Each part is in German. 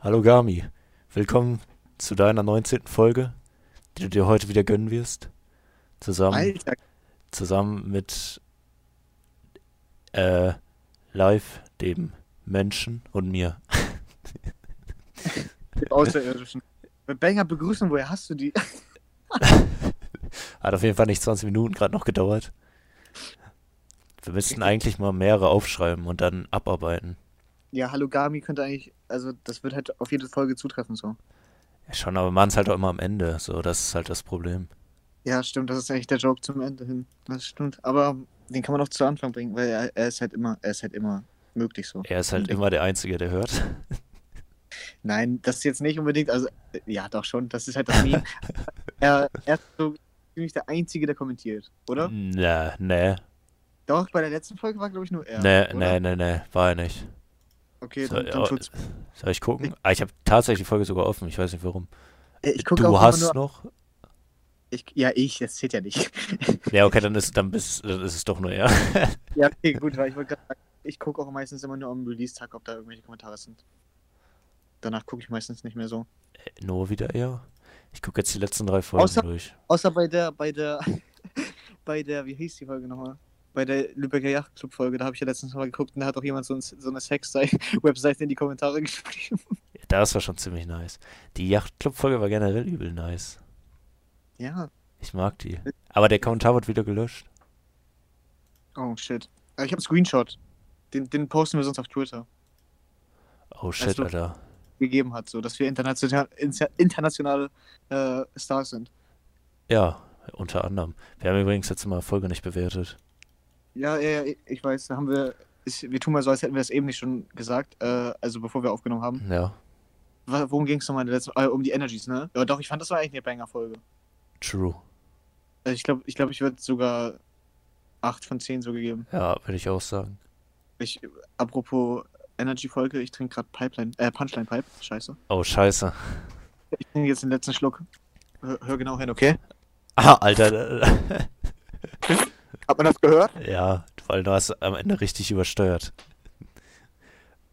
Hallo Gami, willkommen zu deiner 19. Folge, die du dir heute wieder gönnen wirst. Zusammen, Alter, zusammen mit äh, Live, dem Menschen und mir. mit Außerirdischen. Mit Banger begrüßen, woher hast du die? Hat auf jeden Fall nicht 20 Minuten gerade noch gedauert. Wir müssten eigentlich mal mehrere aufschreiben und dann abarbeiten. Ja, Hallo Gami könnte eigentlich, also das wird halt auf jede Folge zutreffen so. Ja, schon, aber wir machen es halt auch immer am Ende. So, das ist halt das Problem. Ja, stimmt, das ist eigentlich der Joke zum Ende hin. Das stimmt. Aber den kann man auch zu Anfang bringen, weil er, er ist halt immer, er ist halt immer möglich so. Er ist halt immer der Einzige, der hört. Nein, das ist jetzt nicht unbedingt, also äh, ja doch schon, das ist halt das Meme. er, er ist so ziemlich der Einzige, der kommentiert, Mhm. oder? Na, nee, Doch, bei der letzten Folge war glaube ich nur er. nee, oder? nee, nee, nee, ne, war er nicht. Okay, Soll, dann, dann oh, tut's. soll ich gucken? Ah, ich habe tatsächlich die Folge sogar offen. Ich weiß nicht warum. Äh, Ich gucke auch du immer hast nur, noch? ich, ja ich, das zählt ja nicht. Ja, okay, dann ist, dann, bist, dann ist es doch nur er. Ja, okay, gut, weil ich wollte gerade sagen, ich gucke auch meistens immer nur am Release-Tag, ob da irgendwelche Kommentare sind. Danach gucke ich meistens nicht mehr so. nur wieder er? Ich gucke jetzt die letzten drei Folgen Außer- durch. Außer bei der, bei der, bei der, wie hieß die Folge nochmal? Bei der Lübecker Yachtclub-Folge, da habe ich ja letztens mal geguckt und da hat auch jemand so, ein, so eine Sex-Webseite in die Kommentare geschrieben. Ja, Das war schon ziemlich nice. Die Yachtclub-Folge war generell übel nice. Ja. Ich mag die. Aber der Kommentar wird wieder gelöscht. Oh, shit. Ah, Ich habe einen Screenshot. Den, den posten wir sonst auf Twitter. Oh shit, Also- Alter. Gegeben hat, so, dass wir international, inter- internationale äh, Stars sind. Ja, unter anderem. Wir haben übrigens letzte Mal Folge nicht bewertet. Ja, ja, ja, ich weiß, da haben wir. Ich, wir tun mal so, als hätten wir das eben nicht schon gesagt, äh, also bevor wir aufgenommen haben. Ja, Wa- Worum ging es nochmal in der letzten äh, Um die Energies, ne? Ja, doch, ich fand, das war eigentlich eine Banger-Folge. true. Also ich glaube, ich, glaub, ich würde sogar 8 von 10 so gegeben. Ja, würde ich auch sagen. Ich, apropos Energy-Folge, ich trinke gerade Pipeline, äh, Punchline-Pipe, scheiße. Oh, scheiße. Ich trinke jetzt den letzten Schluck. Hör, hör genau hin, okay? Ah, Alter. Hat man das gehört? Ja, weil du hast am Ende richtig übersteuert.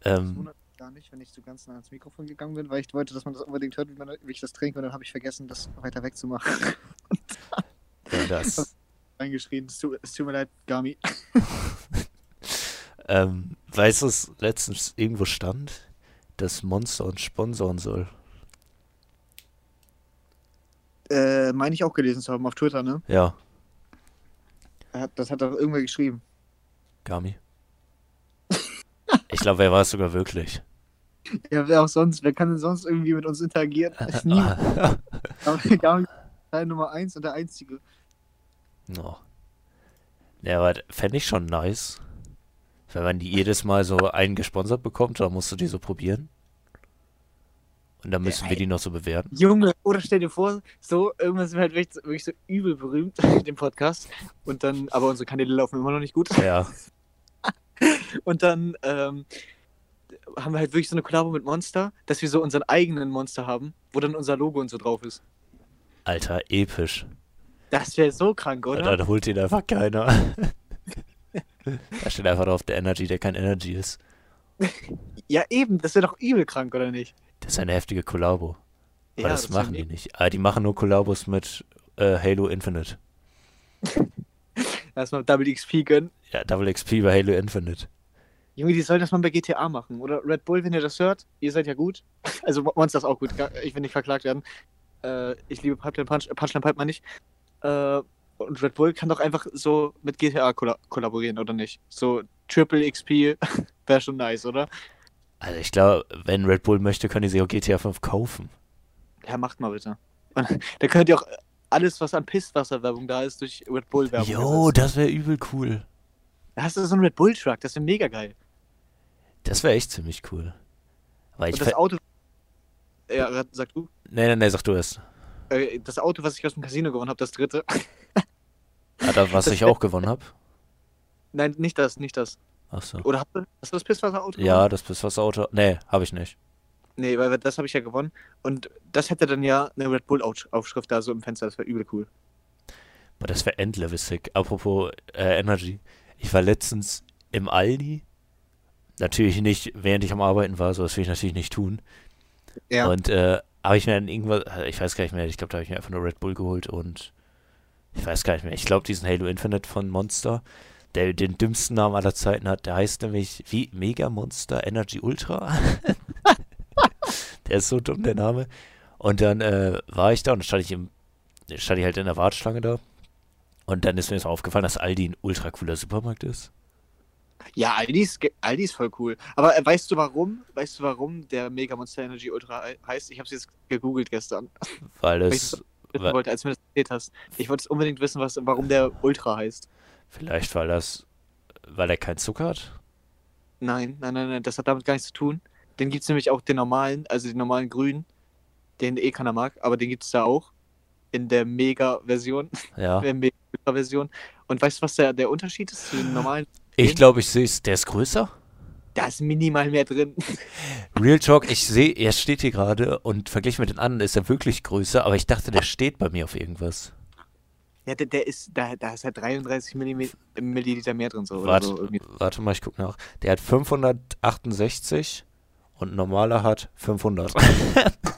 Das Ähm, wundert mich gar nicht, wenn ich so ganz nah ans Mikrofon gegangen bin, weil ich wollte, dass man das unbedingt hört, wie, man, wie ich das trinke und dann habe ich vergessen, das weiter wegzumachen. ja, das. Eingeschrien, es tut, es tut mir leid, Gami. Ähm, weißt du, es letztens irgendwo stand, dass Monster uns sponsoren soll? Äh, meine ich auch gelesen zu haben auf Twitter, ne? Ja, Er hat- Das hat doch irgendwer geschrieben. Gami. Ich glaube, er war es sogar wirklich. Ja, wer auch sonst, wer kann denn sonst irgendwie mit uns interagieren? Niemand. Ah, Gami Teil Nummer 1 und der Einzige. no. Ja, aber fände ich schon nice. Wenn man die jedes Mal so einen gesponsert bekommt, dann musst du die so probieren. Und dann müssen wir die noch so bewerten. Junge, oder stell dir vor, so, irgendwann sind wir halt wirklich, so- wirklich so übel berühmt dem Podcast. Und dann, aber unsere Kanäle laufen immer noch nicht gut. Ja, Und dann ähm, haben wir halt wirklich so eine Kollabo mit Monster, dass wir so unseren eigenen Monster haben, wo dann unser Logo und so drauf ist. Alter, episch. Das wäre so krank, Und oder? dann holt ihn einfach keiner. da steht einfach drauf, der Energy, der kein Energy ist. Ja, eben, das wäre doch übel krank, oder nicht? Das ist eine heftige Kollabo. Aber ja, das, wär machen die nicht. Ah, die machen nur Kollabos mit äh, Halo Infinite. Erstmal Double XP gönnen. Ja, Double XP bei Halo Infinite. Junge, die sollen das mal bei GTA machen. Oder Red Bull, wenn ihr das hört, ihr seid ja gut. Also Mo- Monster ist auch gut, gar- ich will nicht verklagt werden. Äh, ich liebe Pipeline Punch, äh, Punchline Pipeline nicht. Äh, und Red Bull kann doch einfach so mit GTA kolla kollaborieren, oder nicht? So Triple XP wäre schon nice, oder? Also ich glaube, wenn Red Bull möchte, können die sich auch GTA 5 kaufen. Ja, macht mal bitte. Und, da könnt ihr auch alles, was an Pisswasserwerbung da ist, durch Red Bull Werbung. Jo, das wäre übel cool. Das ist so ein Red Bull Truck, das wäre mega geil. Das wäre echt ziemlich cool. Weil ich Und das ver- Auto. Ja, sag du. nee, nee, nee, sag du es. Äh, Das Auto, was ich aus dem Casino gewonnen habe, das dritte. Ah, das, was ich auch gewonnen habe. Nein, nicht das, nicht das. Achso. Oder hast du, hast du das Pisswasserauto? Ja, das Pisswasserauto. Nee, habe ich nicht. Nee, weil das habe ich ja gewonnen. Und das hätte dann ja eine Red Bull-Aufschrift da so im Fenster. Das wäre übel cool. Boah, das wäre endlevel-sick. Apropos äh, Energy. Ich war letztens im Aldi. Natürlich nicht, während ich am Arbeiten war, so das will ich natürlich nicht tun. Ja. Und äh, habe ich mir dann irgendwas, äh, ich weiß gar nicht mehr, ich glaube, da habe ich mir einfach nur Red Bull geholt und ich weiß gar nicht mehr. Ich glaube, diesen Halo Infinite von Monster, der den dümmsten Namen aller Zeiten hat, der heißt nämlich wie Mega Monster Energy Ultra. der ist so dumm, der Name. Und dann äh, war ich da und stand ich im, stand ich halt in der Warteschlange da. Und dann ist mir jetzt mal aufgefallen, dass Aldi ein ultra cooler Supermarkt ist. Ja, Aldi ist, ge- Aldi ist voll cool. Aber äh, weißt du warum? Weißt du warum der Mega Monster Energy Ultra he- heißt? Ich habe es jetzt gegoogelt gestern. Weil Weil es, ich wissen wa- wollte, als du mir das erzählt hast. Ich wollte unbedingt wissen, was, warum der Ultra heißt. vielleicht weil das, weil er keinen Zucker hat. Nein, nein, nein, nein, das hat damit gar nichts zu tun. Den gibt's nämlich auch den normalen, also den normalen grünen, den eh keiner mag, aber den gibt's da auch. In der Mega-Version, Ja. der Mega-Version. Und weißt du, was der, der Unterschied ist zu den normalen? Ich glaube, ich sehe es, der ist größer. Da ist minimal mehr drin. Real Talk, ich sehe, er steht hier gerade und verglichen mit den anderen ist er wirklich größer, aber ich dachte, der steht bei mir auf irgendwas. Ja, der, der ist, da, da ist ja 33 Millime- Milliliter mehr drin, so oder Warte, so. irgendwie. warte mal, ich guck nach. Der hat 568 und ein normaler hat 500.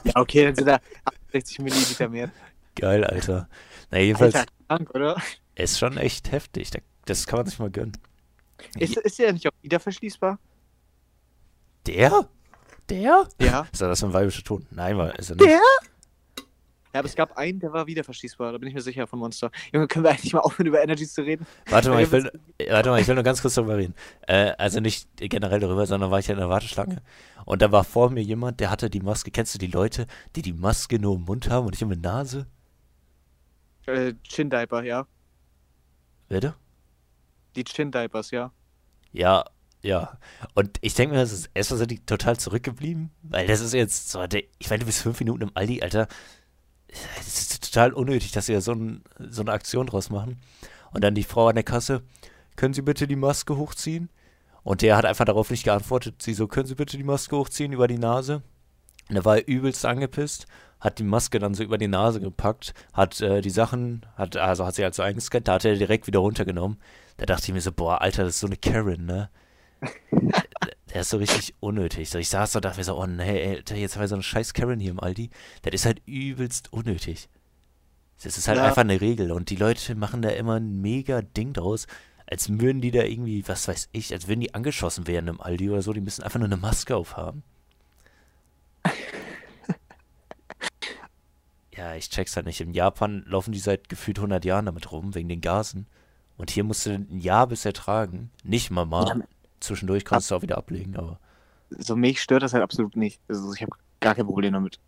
Ja, okay, dann sind da 68 Milliliter mehr. Geil, Alter. Na, jedenfalls, Alter, krank, oder? ist schon echt heftig. Da- Das kann man sich mal gönnen. Ist, ist der nicht auch wieder verschließbar? Der? Der? Ja. Ist das ein weibischer Ton? Nein, war ist er nicht. Der? Ja, aber es gab einen, der war wieder verschließbar, da bin ich mir sicher von Monster. Junge, können wir eigentlich mal aufhören, über Energies zu reden? Warte mal, ich will, äh, warte mal, ich will nur ganz kurz darüber reden. Äh, also nicht generell darüber, sondern war ich ja in der Warteschlange und da war vor mir jemand, der hatte die Maske. Kennst du die Leute, die die Maske nur im Mund haben und nicht in der Nase? Äh, Chin-Diaper, ja. Bitte? Die Chin-Diapers, ja. Ja, ja. Und ich denke mir, das ist erstmal sind die total zurückgeblieben, weil das ist jetzt so, der, ich meine, du bist fünf Minuten im Aldi, Alter. Es ist total unnötig, dass sie da so, ein, so eine Aktion draus machen. Und dann die Frau an der Kasse, können Sie bitte die Maske hochziehen? Und der hat einfach darauf nicht geantwortet. Sie so, können Sie bitte die Maske hochziehen über die Nase? Und da war er übelst angepisst, hat die Maske dann so über die Nase gepackt, hat äh, die Sachen, hat, also hat sie halt so eingescannt, da hat er direkt wieder runtergenommen. Da dachte ich mir so, boah, Alter, das ist so eine Karen, ne? Der ist so richtig unnötig. So, ich saß da und dachte mir so, oh nee, Alter, jetzt haben wir so einen scheiß Karen hier im Aldi. Das ist halt übelst unnötig. Das ist halt Ja. einfach eine Regel und die Leute machen da immer ein mega Ding draus, als würden die da irgendwie, was weiß ich, als würden die angeschossen werden im Aldi oder so. Die müssen einfach nur eine Maske aufhaben. Ja, ich check's halt nicht. In Japan laufen die seit gefühlt 100 Jahren damit rum, wegen den Gasen. Und hier musst du ein Jahr bis ertragen. Nicht mal mal. Zwischendurch kannst du auch wieder ablegen, aber So mich stört das halt absolut nicht. Also ich habe gar kein Problem damit.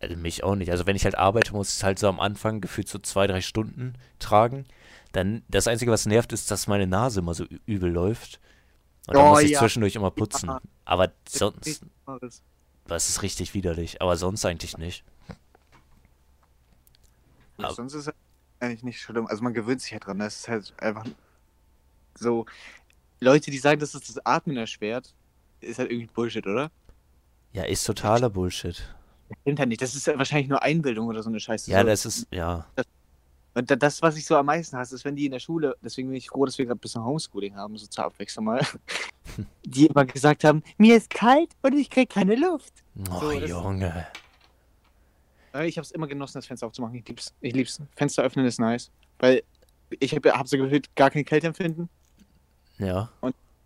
also mich auch nicht. Also wenn ich halt arbeite, muss ich es halt so am Anfang gefühlt so zwei, drei Stunden tragen. Dann das Einzige, was nervt, ist, dass meine Nase immer so ü- übel läuft. Und dann Oh, muss ich ja. zwischendurch immer putzen. Ja. Aber Das ist sonst, nichts anderes. das ist richtig widerlich. Aber sonst eigentlich nicht. Ja, Aber- Sonst ist es eigentlich nicht schlimm. Also man gewöhnt sich halt dran. Das ist halt einfach so. Leute, die sagen, dass es das Atmen erschwert, ist halt irgendwie Bullshit, oder? Ja, ist totaler Bullshit. Stimmt halt nicht. Das ist ja wahrscheinlich nur Einbildung oder so eine Scheiße. Ja, so. das ist, ja. Und da- das, was ich so am meisten hasse, ist, wenn die in der Schule, deswegen bin ich froh, dass wir gerade ein bisschen Homeschooling haben, so zur Abwechslung mal, die immer gesagt haben, mir ist kalt und ich krieg keine Luft. Oh, So, das- Junge. Äh, Ich habe es immer genossen, das Fenster aufzumachen. Ich lieb's. Ich lieb's. Fenster öffnen ist nice. Weil ich habe hab so gefühlt gar kein Kälteempfinden Ja.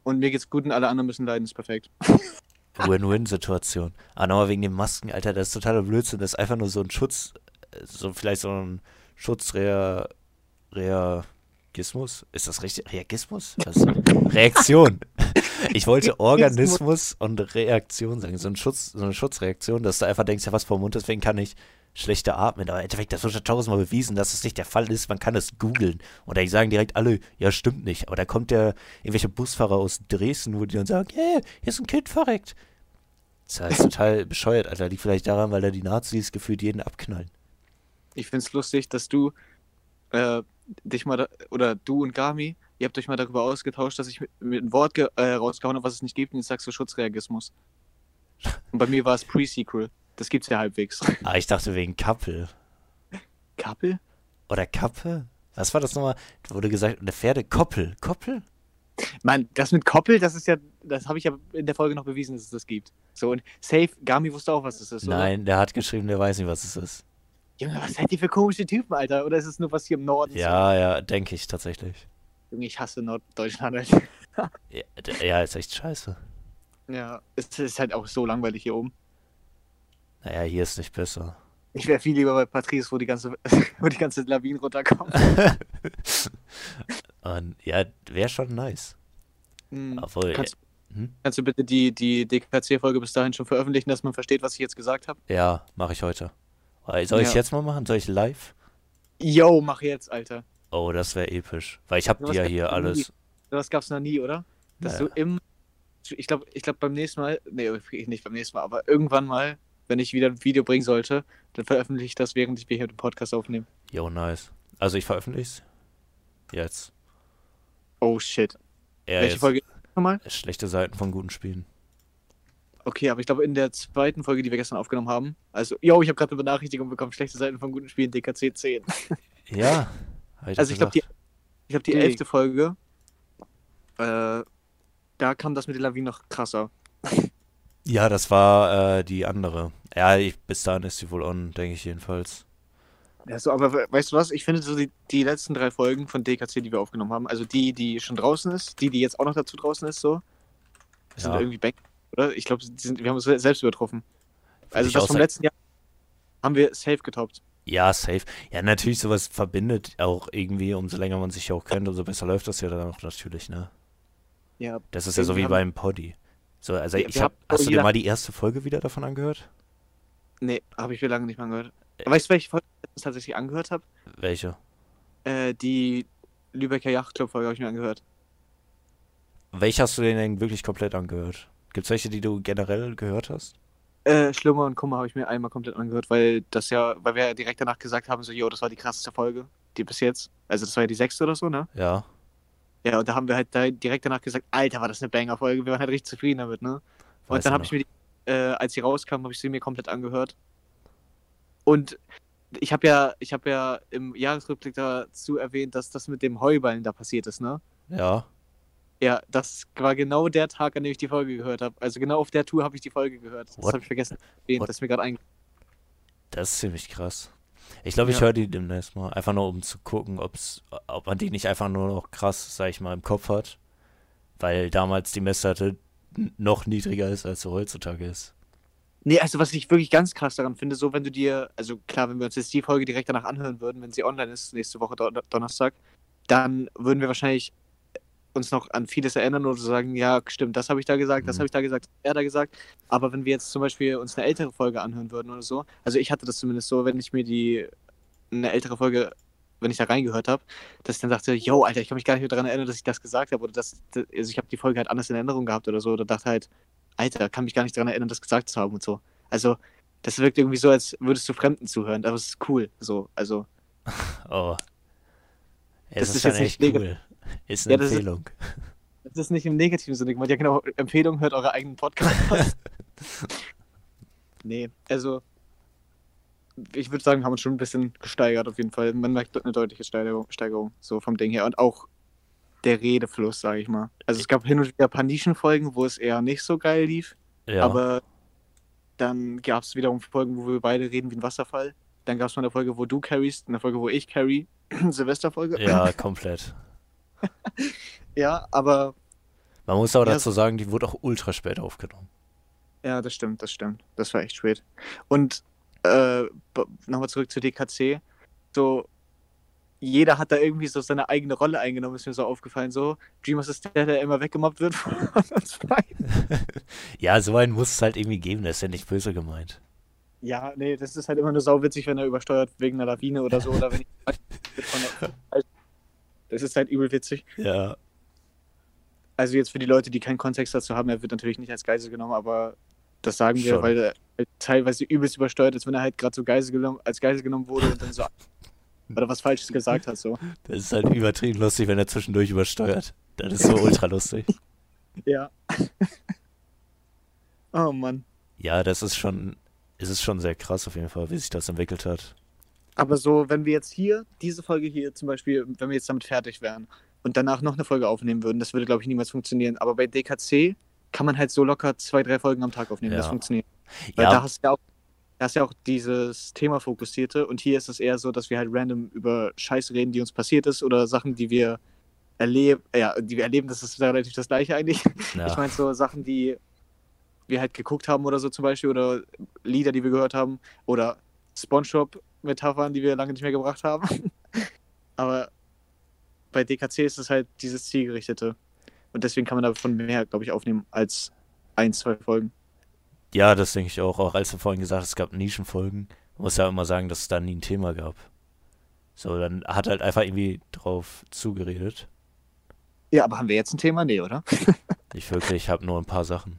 und mir geht's gut und alle anderen müssen leiden, ist perfekt. Win-Win-Situation. Aber nochmal wegen den Masken, Alter, das ist totaler Blödsinn. Das ist einfach nur so ein Schutz, äh, so vielleicht so ein Schutzrea... Reagismus? Ist das richtig? Reagismus? Was? Reaktion. Ich wollte Organismus und Reaktion sagen. So, ein Schutz, so eine Schutzreaktion, dass du einfach denkst, ja, was vor dem Mund, deswegen kann ich schlechter atmen. Aber im Endeffekt, das wird schon tausendmal bewiesen, dass das nicht der Fall ist. Man kann das googeln. Und dann sagen direkt alle, ja, stimmt nicht. Aber da kommt der irgendwelche Busfahrer aus Dresden, wo die dann sagen, yeah, hier ist ein Kind verreckt. Das ist halt total bescheuert, Alter. Liegt vielleicht daran, weil da die Nazis gefühlt jeden abknallen. Ich find's lustig, dass du äh, dich mal, da, oder du und Gami, ihr habt euch mal darüber ausgetauscht, dass ich mit, mit einem Wort ge- äh, rausgehauen habe, was es nicht gibt und jetzt sagst du Schutzreagismus. Und bei mir war es Pre-Sequel. Das gibt's ja halbwegs. Ah, ich dachte wegen Kappel. Kappel? Oder Kappe? Was war das nochmal? Wurde gesagt, eine Pferdekoppel. Koppel? Mann, das mit Koppel, das ist ja, das habe ich ja in der Folge noch bewiesen, dass es das gibt. So, und Safe, Gami wusste auch, was das ist, oder? Nein, der hat geschrieben, der weiß nicht, was es ist. Junge, was seid ihr für komische Typen, Alter? Oder ist es nur was hier im Norden? Ja, ja, denke ich tatsächlich. So? Junge, ich hasse Norddeutschland, Alter. Ja, d- ja, ist echt scheiße. Ja, es ist halt auch so langweilig hier oben. Naja, hier ist nicht besser. Ich wäre viel lieber bei Patrice, wo die ganze, wo die ganze Lawinen runterkommen. Und ja, wäre schon nice. Hm. Obwohl, Kannst, hm? kannst du bitte die, die DKC-Folge bis dahin schon veröffentlichen, dass man versteht, was ich jetzt gesagt habe? äh, ja, mache ich heute. Äh, Soll ich Ja. jetzt mal machen? Soll ich live? Yo, mach jetzt, Alter. Oh, das wäre episch. Weil ich habe Ja, was die ja kann hier ich alles. Das gab's noch nie, oder? Dass Naja. du im. Ich glaube, ich glaub beim nächsten Mal. Nee, nicht beim nächsten Mal, aber irgendwann mal, wenn ich wieder ein Video bringen sollte, dann veröffentliche ich das, während ich wir hier den Podcast aufnehmen. Yo, nice. Also ich veröffentliche Jetzt. Oh shit. Ja, Welche jetzt. Folge nochmal? Schlechte Seiten von guten Spielen. Okay, aber ich glaube, in der zweiten Folge, die wir gestern aufgenommen haben, also, yo, ich habe gerade eine Benachrichtigung bekommen, schlechte Seiten von guten Spielen, DKC 10. Ja. hab doch Also ich glaube, die, gesagt. ich glaub, die Nee. elfte Folge, äh, da kam das mit der Lawine noch krasser. Ja, das war äh, die andere. Ja, ich, bis dahin ist sie wohl on, denke ich jedenfalls. Ja, so, aber we- weißt du was? Ich finde so die, die letzten drei Folgen von DKC, die wir aufgenommen haben, also die, die schon draußen ist, die, die jetzt auch noch dazu draußen ist, so, sind Ja. irgendwie back, oder? Ich glaube, die sind- wir haben uns se- selbst übertroffen. Also ich das auch vom sagen. letzten Jahr haben wir safe getoppt. Ja, safe. Ja, natürlich, sowas verbindet auch irgendwie, umso länger man sich ja auch kennt, umso besser läuft das ja dann auch natürlich, ne? Ja, Das ist ja so wie Deswegen beim Poddy. So, also Wir- ich wir hab, haben- hast du dir jeder- mal die erste Folge wieder davon angehört? nee, habe ich mir lange nicht mehr angehört. Äh. Weißt du, welche Folge ich letztens tatsächlich angehört habe? Welche? äh, Äh, die Lübecker Yachtclub-Folge habe ich mir angehört. Welche hast du denn, denn wirklich komplett angehört? Gibt's welche, die du generell gehört hast? Äh, Schlummer und Kummer habe ich mir einmal komplett angehört, weil das ja, weil wir ja direkt danach gesagt haben, so, yo, das war die krasseste Folge, die bis jetzt. Also das war ja die sechste oder so, ne? Ja. Ja, und da haben wir halt da direkt danach gesagt, Alter, war das eine Banger-Folge. Wir waren halt richtig zufrieden damit, ne? weiß und dann ich habe noch. ich mir, die, äh, als sie rauskam, habe ich sie mir komplett angehört. Und ich habe ja, ich habe ja im Jahresrückblick dazu erwähnt, dass das mit dem Heuballen da passiert ist, ne? Ja. Ja, das war genau der Tag, an dem ich die Folge gehört habe. Also genau auf der Tour habe ich die Folge gehört. Das What? habe ich vergessen zu erwähnen, What? das ist mir gerade eingefallen. Das ist ziemlich krass. Ich glaube, ich Ja. höre die demnächst mal. Einfach nur, um zu gucken, ob's, ob man die nicht einfach nur noch krass, sag ich mal, im Kopf hat. Weil damals die Messlatte n- noch niedriger ist, als sie heutzutage ist. Nee, also was ich wirklich ganz krass daran finde, so wenn du dir, also klar, wenn wir uns jetzt die Folge direkt danach anhören würden, wenn sie online ist, nächste Woche Don Donnerstag, dann würden wir wahrscheinlich äh, uns noch an vieles erinnern oder sagen, ja, stimmt, das habe ich da gesagt, das Mhm. habe ich da gesagt, er da gesagt. Aber wenn wir jetzt zum Beispiel uns eine ältere Folge anhören würden oder so, also ich hatte das zumindest so, wenn ich mir die eine ältere Folge, wenn ich da reingehört habe, dass ich dann dachte, yo, Alter, ich kann mich gar nicht mehr daran erinnern, dass ich das gesagt habe oder dass, dass- also ich habe die Folge halt anders in Erinnerung gehabt oder so oder dachte halt, Alter, kann mich gar nicht daran erinnern, das gesagt zu haben und so. Also, das wirkt irgendwie so, als würdest du Fremden zuhören, aber es ist cool, so, also. Oh. Es Das ist, ist schon jetzt nicht echt nega- cool. Ist eine Ja, das ist- Empfehlung. Das ist nicht im negativen Sinne gemeint. Ja, genau. Empfehlung, hört eure eigenen Podcasts. nee, also. Ich würde sagen, wir haben uns schon ein bisschen gesteigert, auf jeden Fall. Man merkt eine deutliche Steigerung, Steigerung so vom Ding her. Und auch der Redefluss, sage ich mal. Also, es gab hin und wieder ein paar Nischenfolgen, wo es eher nicht so geil lief. ja. Aber dann gab es wiederum Folgen, wo wir beide reden wie ein Wasserfall. Dann gab es mal eine Folge, wo du carryst, eine Folge, wo ich carry. Silvesterfolge. ja, komplett. ja, aber Man muss aber Ja, dazu sagen, die wurde auch ultra spät aufgenommen. Ja, das stimmt, das stimmt. Das war echt spät. Und äh, b- nochmal zurück zu DKC. So, jeder hat da irgendwie so seine eigene Rolle eingenommen, ist mir so aufgefallen. So, Dreamers ist der, der immer weggemobbt wird von uns beiden. Ja, so einen muss es halt irgendwie geben, das ist ja nicht böse gemeint. Ja, nee, das ist halt immer nur sauwitzig, wenn er übersteuert wegen einer Lawine oder so. Oder wenn ich von der- das ist halt übel witzig. Ja. Also jetzt für die Leute, die keinen Kontext dazu haben, er wird natürlich nicht als Geisel genommen, aber das sagen wir, Schon. weil er halt teilweise übelst übersteuert ist, wenn er halt gerade so Geisel genommen, als Geisel genommen wurde und dann so oder was Falsches gesagt hat. So. Das ist halt übertrieben lustig, wenn er zwischendurch übersteuert. Das ist so ultra lustig. Ja. oh Mann. Ja, das ist schon, es ist schon sehr krass auf jeden Fall, wie sich das entwickelt hat. Aber so, wenn wir jetzt hier, diese Folge hier zum Beispiel, wenn wir jetzt damit fertig wären und danach noch eine Folge aufnehmen würden. Das würde, glaube ich, niemals funktionieren. Aber bei DKC kann man halt so locker zwei, drei Folgen am Tag aufnehmen. Ja. Das funktioniert. Weil Ja, da hast du ja auch, da hast du ja auch dieses Thema fokussierte und hier ist es eher so, dass wir halt random über Scheiße reden, die uns passiert ist oder Sachen, die wir erleben, ja, die wir erleben, das ist relativ das gleiche eigentlich. ja. Ich meine, so Sachen, die wir halt geguckt haben oder so zum Beispiel, oder Lieder, die wir gehört haben, oder Spongebob-Metaphern, die wir lange nicht mehr gebracht haben. Aber bei DKC ist es halt dieses Zielgerichtete. Und deswegen kann man davon mehr, glaube ich, aufnehmen als ein, zwei Folgen. ja, das denke ich auch. Auch als du vorhin gesagt hast, es gab Nischenfolgen, man muss ja immer sagen, dass es da nie ein Thema gab. So, dann hat halt einfach irgendwie drauf zugeredet. Ja, aber haben wir jetzt ein Thema? Nee, oder? Ich wirklich habe nur ein paar Sachen.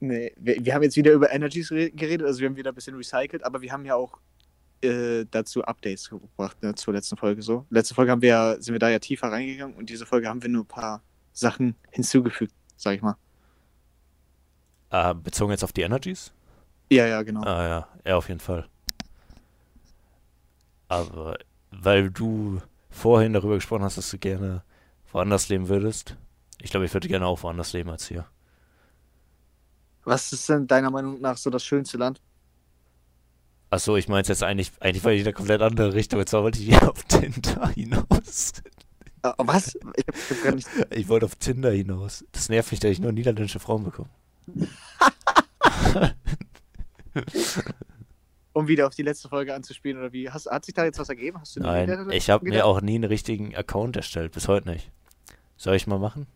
Nee, wir, wir haben jetzt wieder über Energies re- geredet, also wir haben wieder ein bisschen recycelt, aber wir haben ja auch äh, dazu Updates gebracht, ne, zur letzten Folge so. Letzte Folge haben wir, ja- sind wir da ja tiefer reingegangen und diese Folge haben wir nur ein paar Sachen hinzugefügt, sag ich mal. Ah, bezogen jetzt auf die Energies? Ja, ja, genau. Ah ja, ja, auf jeden Fall. Aber weil du vorhin darüber gesprochen hast, dass du gerne woanders leben würdest. Ich glaube, ich würde gerne auch woanders leben als hier. Was ist denn deiner Meinung nach so das schönste Land? Achso, ich meine jetzt eigentlich, eigentlich war ich in eine komplett andere Richtung. Jetzt wollte ich auf Tinder hinaus. Äh, was? Ich hab, ich hab grad nicht. Ich wollte auf Tinder hinaus. Das nervt mich, dass ich nur niederländische Frauen bekomme. Um wieder auf die letzte Folge anzuspielen oder wie? Hast, hat sich da jetzt was ergeben? Hast du eine Nein, Niederlage- ich habe mir Niederlage- auch nie einen richtigen Account erstellt. Bis heute nicht. Soll ich mal machen?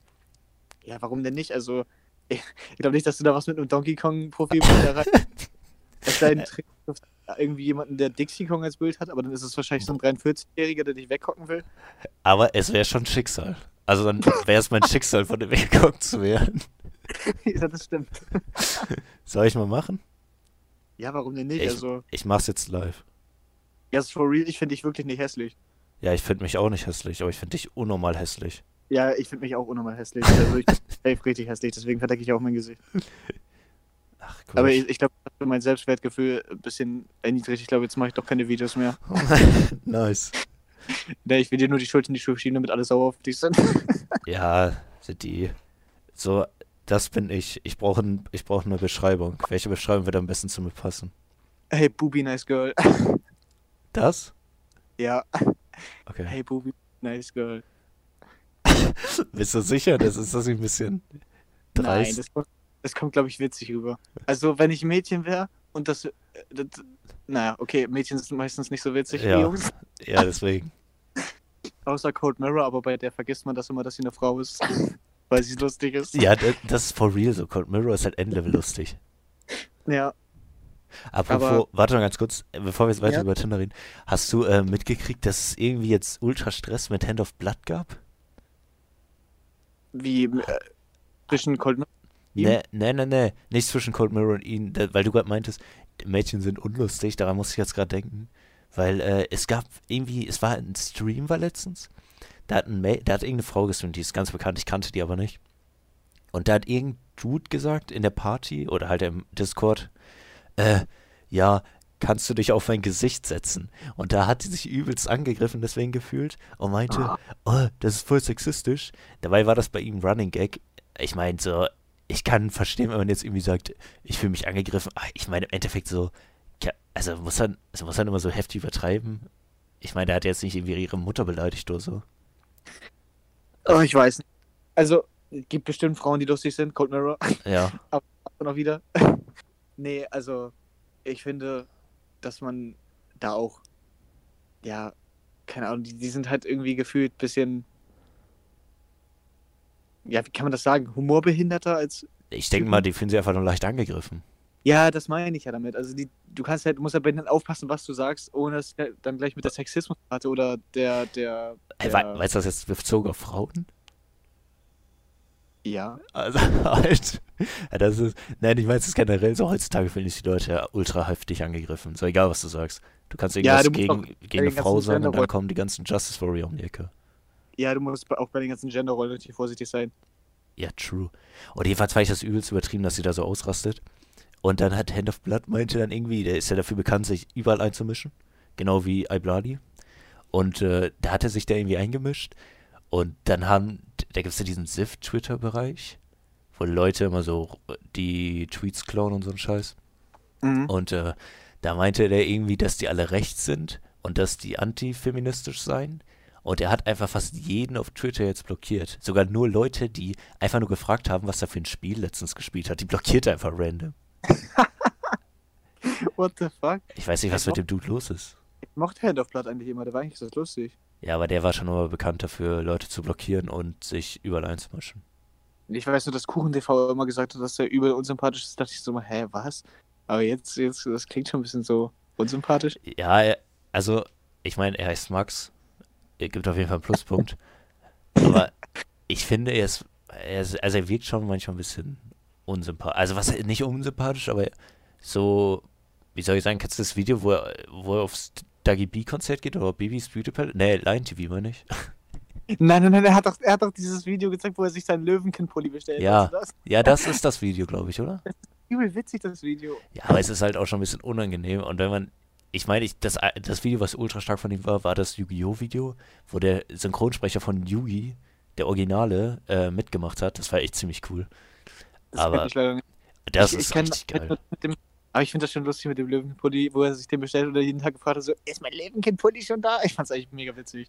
Ja, warum denn nicht? Also, ich, ich glaube nicht, dass du da was mit einem Donkey Kong-Profilbild erreichst. Es sei denn, du triffst irgendwie jemanden, der Dixie Kong als Bild hat, aber dann ist es wahrscheinlich so ein 43-Jähriger, der dich weghocken will. Aber es wäre schon Schicksal. Also dann wäre es mein Schicksal, von dem weggeguckt zu werden. ja, das stimmt. Soll ich mal machen? Ja, warum denn nicht? Ich- also, Ich mach's jetzt live. yes, for real, ich finde dich wirklich nicht hässlich. Ja, ich finde mich auch nicht hässlich, aber ich finde dich unnormal hässlich. Ja, ich finde mich auch unnormal hässlich. Also, ich bin safe richtig hässlich, deswegen verdecke ich auch mein Gesicht. Ach, cool. Aber ich, ich glaube, das hat mein Selbstwertgefühl ein bisschen erniedrigt. Ich glaube, jetzt mache ich doch keine Videos mehr. nice. Nee, ich will dir nur die Schuld in die Schuhe schieben, damit alle sauer auf dich sind. Ja, sind die. So, das bin ich. Ich brauche ein, ich brauch eine Beschreibung. Welche Beschreibung würde am besten zu mir passen? Hey, Booby, nice girl. Das? Ja, Okay. hey, Booby, nice girl. Bist du sicher? Das ist das nicht ein bisschen Nein, dreist. das kommt, das kommt glaube ich, witzig rüber. Also, wenn ich ein Mädchen wäre und das, äh, das. Naja, okay, Mädchen sind meistens nicht so witzig Ja. wie Jungs. ja, deswegen. Außer Cold Mirror, aber bei der vergisst man das immer, dass sie eine Frau ist. weil sie lustig ist. Ja, das, das ist for real so. Cold Mirror ist halt Endlevel lustig. Ja. Apropos, Aber- warte mal ganz kurz, äh, bevor wir jetzt weiter Ja. über Tinder reden. Hast du äh, mitgekriegt, dass es irgendwie jetzt Ultra-Stress mit Hand of Blood gab? Wie. Äh, zwischen Cold Mirror. Ihm? Nee, nee, nee, nee. Nicht zwischen Cold Mirror und ihn, da, weil du gerade meintest, die Mädchen sind unlustig, daran muss ich jetzt gerade denken. Weil äh, es gab irgendwie, es war ein Stream war letztens, da hat, ein Ma da hat irgendeine Frau gestreamt, die ist ganz bekannt, ich kannte die aber nicht. Und da hat irgendein Dude gesagt in der Party oder halt im Discord, äh, ja, kannst du dich auf mein Gesicht setzen? Und da hat sie sich übelst angegriffen deswegen gefühlt und meinte, oh, das ist voll sexistisch. Dabei war das bei ihm ein Running Gag. Ich meine, so, ich kann verstehen, wenn man jetzt irgendwie sagt, ich fühle mich angegriffen. Ah, Ich meine, im Endeffekt so, ja, also muss man, also muss man immer so heftig übertreiben. Ich meine, der hat jetzt nicht irgendwie ihre Mutter beleidigt oder so. Oh, ich weiß nicht. Also, es gibt bestimmt Frauen, die lustig sind, Cold Mirror. Ja. Und auch wieder. nee, also ich finde, dass man da auch, ja, keine Ahnung, die, die sind halt irgendwie gefühlt ein bisschen, ja, wie kann man das sagen, humorbehinderter als, Ich denke mal, die fühlen sich einfach nur leicht angegriffen. ja, das meine ich ja damit. Also die, du kannst halt, musst halt bei denen aufpassen, was du sagst, ohne dass du dann gleich mit der Sexismusrate oder der, der, Ey, der wei- Weißt du das jetzt bezogen auf Frauen? ja, Also halt. Ja, das ist. Nein, ich meine, es ist generell so, heutzutage fühlen sich die Leute ja ultra heftig angegriffen. So egal, was du sagst. Du kannst Ja, irgendwas du musst gegen, auch gegen eine den ganzen Frau sagen und dann Genderrollen- kommen die ganzen Justice Warrior um die Ecke. ja, du musst bei- auch bei den ganzen Genderrollen natürlich vorsichtig sein. Ja, true. Und jedenfalls fand ich das übelst übertrieben, dass sie da so ausrastet. Und dann hat Hand of Blood meinte dann irgendwie, der ist ja dafür bekannt, sich überall einzumischen. Genau wie Ibladi. Und äh, da hat er sich da irgendwie eingemischt. Und dann haben, da gibt es ja diesen SIF-Twitter-Bereich, wo Leute immer so äh, die Tweets klauen und so ein Scheiß. Mhm. Und äh, da meinte der irgendwie, dass die alle rechts sind und dass die antifeministisch seien. Und er hat einfach fast jeden auf Twitter jetzt blockiert. Sogar nur Leute, die einfach nur gefragt haben, was er für ein Spiel letztens gespielt hat. Die blockiert er einfach random. What the fuck? Ich weiß nicht, was mit dem Dude los ist. Ich mochte Hand of Blood eigentlich immer, der war eigentlich so lustig. Ja, aber der war schon immer bekannt dafür, Leute zu blockieren und sich überall einzumischen. Ich weiß nur, dass Kuchen TV immer gesagt hat, dass der übel unsympathisch ist. Dachte ich so mal, hä, was? Aber jetzt, jetzt, das klingt schon ein bisschen so unsympathisch. Ja, er- also, ich meine, er heißt Max. Er gibt auf jeden Fall einen Pluspunkt. aber ich finde, er ist, er ist, also er wirkt schon manchmal ein bisschen unsympathisch. Also, was nicht unsympathisch, aber so, wie soll ich sagen, kennst du das Video, wo er, wo er aufs Dagi B-Konzert geht oder Bibis Beauty Palace? Nee, Line TV, meine ich. Nein, nein, nein, er hat doch, er hat doch dieses Video gezeigt, wo er sich seinen Löwenkind-Pulli bestellt Ja. hat. Das ist Ja, das ist das Video, glaube ich, oder? übel witzig, das Video. Ja, aber es ist halt auch schon ein bisschen unangenehm. Und wenn man, ich meine, ich, das, das Video, was ultra stark von ihm war, war das Yu-Gi-Oh! Video, wo der Synchronsprecher von Yugi, der Originale, äh, mitgemacht hat. Das war echt ziemlich cool. Das Aber kenn ich leider nicht. Das ich, ist ich kenn- richtig geil. Mit dem, aber ich finde das schon lustig mit dem Löwenkind-Pulli, wo er sich den bestellt und jeden Tag gefragt hat, so, ist mein Löwenkind-Pulli schon da? Ich fand's eigentlich mega witzig.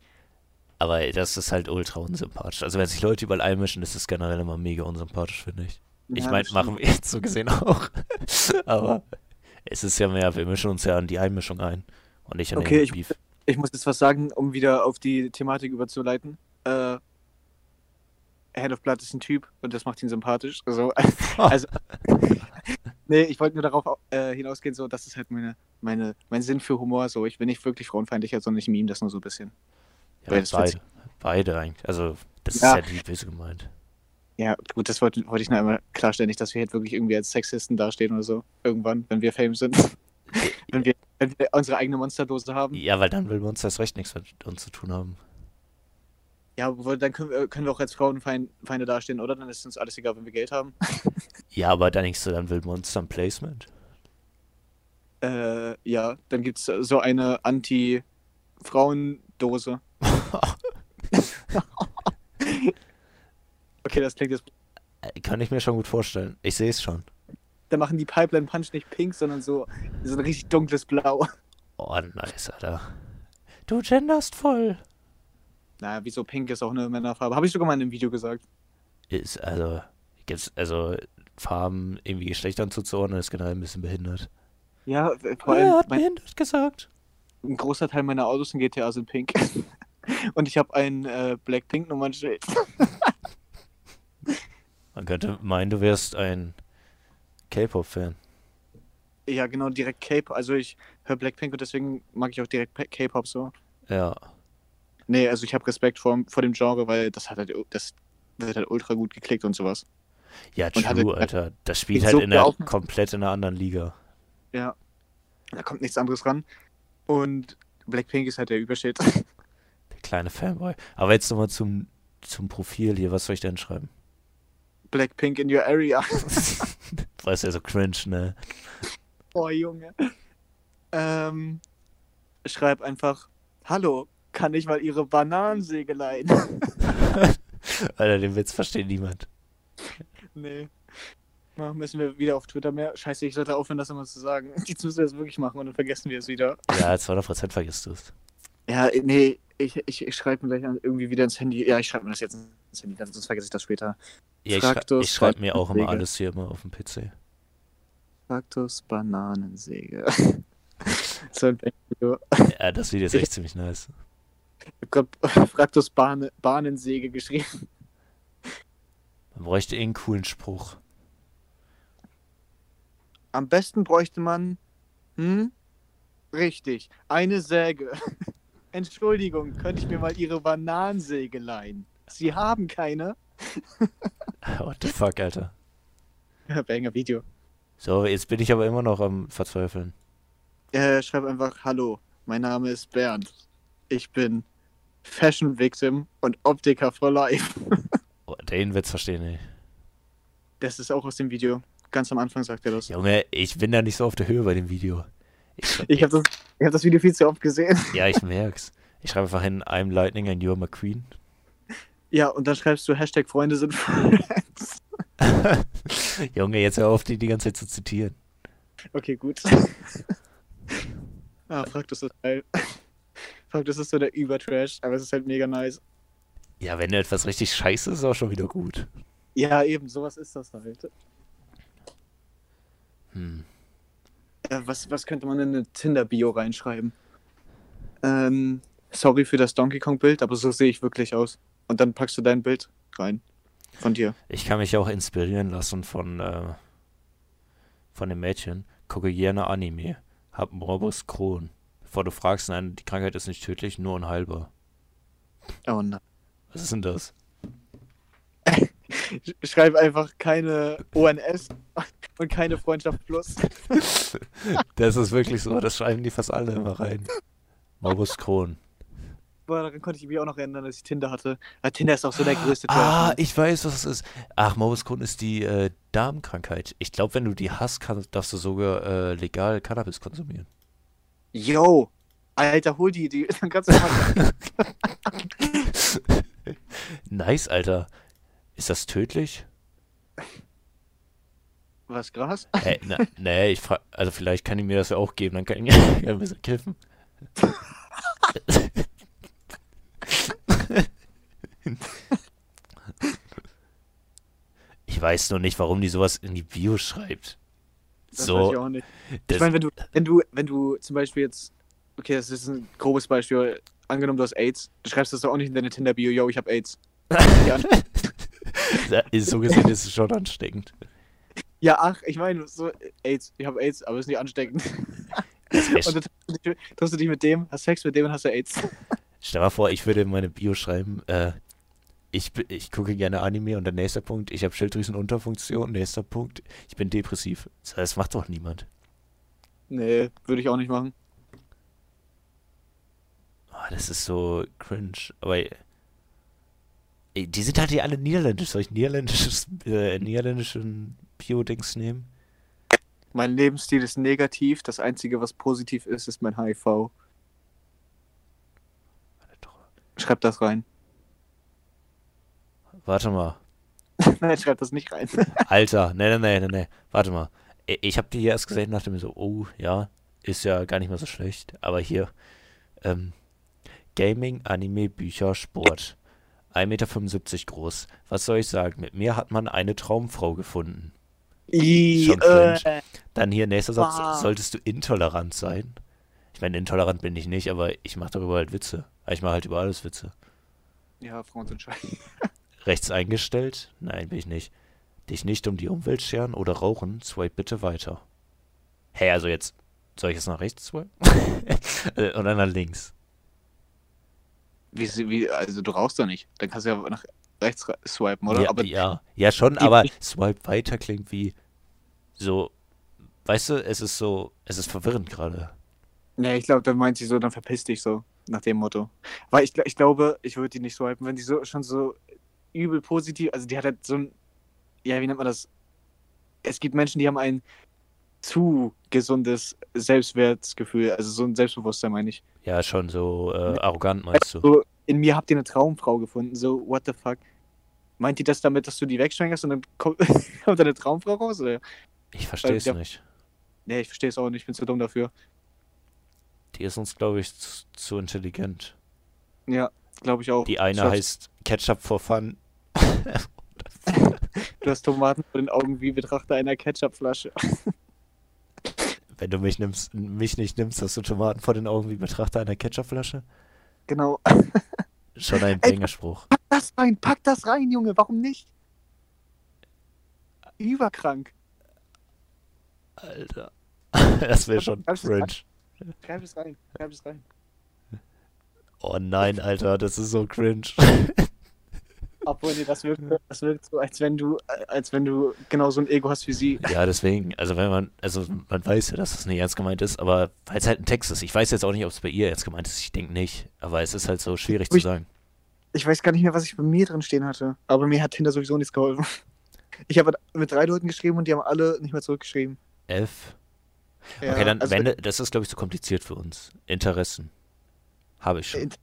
Aber das ist halt ultra unsympathisch. Also wenn sich Leute überall einmischen, das ist generell immer mega unsympathisch, finde ich. Ich Ja, meine, das stimmt. machen wir jetzt so gesehen auch. aber es ist ja mehr, wir mischen uns ja an die Einmischung ein. Und nicht an Okay, den ich- Beef. Ich muss jetzt was sagen, um wieder auf die Thematik überzuleiten. Äh, Head of Blood ist ein Typ und das macht ihn sympathisch. Also, also nee, ich wollte nur darauf äh, hinausgehen, so, das ist halt meine, meine, mein Sinn für Humor. So, ich bin nicht wirklich frauenfeindlicher, sondern ich meme das nur so ein bisschen. Ja, beides beide, beide eigentlich. Also das Ja. ist ja nicht böse gemeint. Ja, gut, das wollte wollte ich nur einmal klarstellen, nicht, dass wir halt wirklich irgendwie als Sexisten dastehen oder so. Irgendwann, wenn wir Fame sind. wenn, wir, wenn wir unsere eigene Monsterdose haben. Ja, weil dann will wir uns das Recht nichts mit uns zu tun haben. Ja, obwohl, dann können wir, können wir auch als Frauenfeinde dastehen, oder? Dann ist uns alles egal, wenn wir Geld haben. Ja, aber dann denkst du, dann will man uns dann Placement. Äh, ja, dann gibt's so eine Anti-Frauendose. okay, das klingt jetzt. Äh, Kann ich mir schon gut vorstellen. Ich sehe es schon. Dann machen die Pipeline Punch nicht pink, sondern so, so ein richtig dunkles Blau. Oh, nice, Alter. Du genderst voll. Naja, wieso pink ist auch eine Männerfarbe? Habe ich sogar mal in einem Video gesagt. Ist, also, gibt's, also, Farben irgendwie Geschlechtern zuzuordnen, ist generell ein bisschen behindert. Ja, äh, vor Er allem hat mein, behindert gesagt. ein großer Teil meiner Autos in GTA sind pink. Und ich habe ein äh, Blackpink-Nummernschild. Man könnte meinen, du wärst ein K-Pop-Fan. Ja, genau, direkt K-Pop. Also ich höre Blackpink und deswegen mag ich auch direkt P- K-Pop so. Ja. Nee, also ich habe Respekt vor, vor dem Genre, weil das hat halt, das wird halt ultra gut geklickt und sowas. Ja, Und hatte- true, Alter. Das spielt Ist halt so in der, gelaufen. komplett in einer anderen Liga. Ja. Da kommt nichts anderes ran. Und Blackpink ist halt der Überschild. Der kleine Fanboy. Aber jetzt nochmal zum, zum Profil hier. Was soll ich denn schreiben? Blackpink in your area. Weil es ja so cringe, ne? Oh, Junge. Ähm, schreib einfach, hallo, kann ich mal ihre Bananensäge leihen? Alter, den Witz versteht niemand. nee. Mal müssen wir wieder auf Twitter mehr. Scheiße, ich sollte aufhören, das immer zu sagen. Jetzt müssen wir das wirklich machen und dann vergessen wir es wieder. Ja, 200% vergisst du es. Ja, nee, ich, ich, ich schreibe mir gleich an, irgendwie wieder ins Handy. Ja, ich schreibe mir das jetzt ins Handy, dann- sonst vergesse ich das später. Ja, ich, schrei Fraktus, ich schreibe mir auch immer Fraktuswege. alles hier immer auf dem PC. Kaktus, Bananensäge. so ein Video. Ja, das Video ist echt ziemlich nice. Ich hab Fraktus Bahn Bahnensäge geschrieben. Man bräuchte irgendeinen coolen Spruch. Am besten bräuchte man. Hm? Richtig. Eine Säge. Entschuldigung, könnte ich mir mal Ihre Bananensäge leihen? Sie haben keine. What the fuck, Alter. Banger Video. So, jetzt bin ich aber immer noch am Verzweifeln. Äh, schreib einfach: Hallo, mein Name ist Bernd. Ich bin Fashion Victim und Optiker for Life. Oh, den Witz verstehe ich. Das ist auch aus dem Video. Ganz am Anfang sagt er das. Junge, ich bin da nicht so auf der Höhe bei dem Video. Ich, Ich habe das, ich hab das Video viel zu oft gesehen. ja, ich merk's. Ich schreibe einfach hin, I'm Lightning and you're McQueen. Ja, und dann schreibst du Hashtag Freunde sind Friends. Junge, jetzt hör auf, die die ganze Zeit zu zitieren. Okay, gut. ah, fragt ist das geil. Fragt ist das so der Übertrash, aber es ist halt mega nice. Ja, wenn etwas richtig scheiße ist, ist auch schon wieder gut. Ja, eben, sowas ist das halt. Hm. Äh, was, was könnte man in eine Tinder-Bio reinschreiben? Ähm, sorry für das Donkey Kong-Bild, aber so sehe ich wirklich aus. Und dann packst du dein Bild rein. Von dir. Ich kann mich auch inspirieren lassen von, äh, von dem Mädchen. Gucke gerne Anime. Hab Morbus Crohn. Bevor du fragst, nein, die Krankheit ist nicht tödlich, nur unheilbar. Oh nein. Was ist denn das? Sch- Schreib einfach keine ONS und keine Freundschaft plus. Das ist wirklich so, das schreiben die fast alle immer rein. Morbus Crohn. Boah, daran konnte ich mich auch noch erinnern, dass ich Tinder hatte. Aber Tinder ist auch so der größte ne? Trash. Ah, ich weiß, was es ist. Ach, Morbus Crohn ist die äh, Darmkrankheit. Ich glaube, wenn du die hast, kann, darfst du sogar äh, legal Cannabis konsumieren. Yo! Alter, hol die, die dann kannst du mal Nice, Alter. Ist das tödlich? was Gras? Hä, Äh, na, nee, ich frage, also vielleicht kann ich mir das ja auch geben, dann kann ich mir ein bisschen kiffen. Ich weiß nur nicht, warum die sowas in die Bio schreibt. Das weiß ich so, auch nicht. das, Ich meine, wenn du, wenn du, wenn du zum Beispiel jetzt, okay, das ist ein grobes Beispiel, aber angenommen du hast AIDS, du schreibst das doch auch nicht in deine Tinder-Bio, yo, ich hab AIDS. ja, da ist so gesehen ist es schon ansteckend. ja, ach, ich meine, so, AIDS, ich hab AIDS, aber ist nicht ansteckend. Das wär, Und dann triffst du dich- triffst du dich mit dem, hast Sex mit dem und hast du AIDS. stell mal vor, ich würde in meine Bio schreiben, äh, ich, bi- ich gucke gerne Anime und der nächste Punkt, ich habe Schilddrüsenunterfunktion, nächster Punkt, ich bin depressiv. Das macht doch niemand. Nee, würde ich auch nicht machen. Ah, das ist so cringe. Aber äh, die sind halt hier alle niederländisch. Soll ich niederländisches, äh, niederländischen Bio-Dings nehmen? Mein Lebensstil ist negativ, das Einzige, was positiv ist, ist mein HIV. Schreib das rein. Warte mal. Nein, schreib das nicht rein. Alter, nee, nee, nee, nee, nee. Warte mal. I- Ich habe die hier erst gesehen und dachte mir so, oh, ja, ist ja gar nicht mehr so schlecht. Aber hier, ähm, Gaming, Anime, Bücher, Sport. 1,75 Meter groß. Was soll ich sagen? Mit mir hat man eine Traumfrau gefunden. I, Schon äh, Dann hier nächster Satz, Wow. solltest du intolerant sein? Ich meine, intolerant bin ich nicht, aber ich mache darüber halt Witze. Ich mache halt über alles Witze. ja, Frauen sind scheiße. Rechts eingestellt? Nein, bin ich nicht. Dich nicht um die Umwelt scheren oder rauchen? Swipe bitte weiter. Hä, hey, also jetzt, soll ich jetzt nach rechts swipen? Äh, Und dann nach links. Wie, wie, also du rauchst doch nicht. Dann kannst du ja nach rechts ra- swipen, oder? Ja, aber ja, ja schon, Die- aber swipe weiter klingt wie so, weißt du, es ist so, es ist verwirrend gerade. nee, ich glaube, dann meint sie so, dann verpiss dich so, nach dem Motto. Weil ich, gl- ich glaube, ich würde die nicht swipen, wenn die so schon so übel positiv, also die hat halt so ein, ja, wie nennt man das? Es gibt Menschen, die haben ein zu gesundes Selbstwertgefühl, also so ein Selbstbewusstsein meine ich. Ja, schon so äh, arrogant meinst du. So, in mir habt ihr eine Traumfrau gefunden, so, what the fuck? Meint die das damit, dass du die wegschwängerst und dann kommt, kommt deine Traumfrau raus? Oder? Ich verstehe es ja. nicht. Nee, ich verstehe es auch nicht, ich bin zu dumm dafür. Die ist uns, glaube ich, zu, zu intelligent. Ja, glaube ich auch. Die eine Schatz, heißt Ketchup for Fun. Du hast Tomaten vor den Augen wie Betrachter einer Ketchupflasche. Wenn du mich, nimmst, mich nicht nimmst, hast du Tomaten vor den Augen wie Betrachter einer Ketchupflasche. Genau. Schon ein Ey, Bängerspruch. Pack das rein, pack das rein, Junge, warum nicht? Überkrank. Alter. Das wäre schon Hab's- cringe. Schreib es rein, schreib es rein. Oh nein, Alter, das ist so cringe. Obwohl, nee, das wirkt, das wirkt so, als wenn du, äh, als wenn du genau so ein Ego hast wie sie. Ja, deswegen, also wenn man, also man weiß ja, dass das nicht ernst gemeint ist, aber weil es halt ein Text ist. Ich weiß jetzt auch nicht, ob es bei ihr ernst gemeint ist. Ich denke nicht. Aber es ist halt so schwierig zu Ich- sagen. Ich weiß gar nicht mehr, was ich bei mir drin stehen hatte. Aber mir hat Tinder sowieso nichts geholfen. Ich habe mit drei Leuten geschrieben und die haben alle nicht mehr zurückgeschrieben. F. Ja, okay, dann, also, wenn, das ist, glaube ich, zu kompliziert für uns. Interessen. Habe ich schon. Int-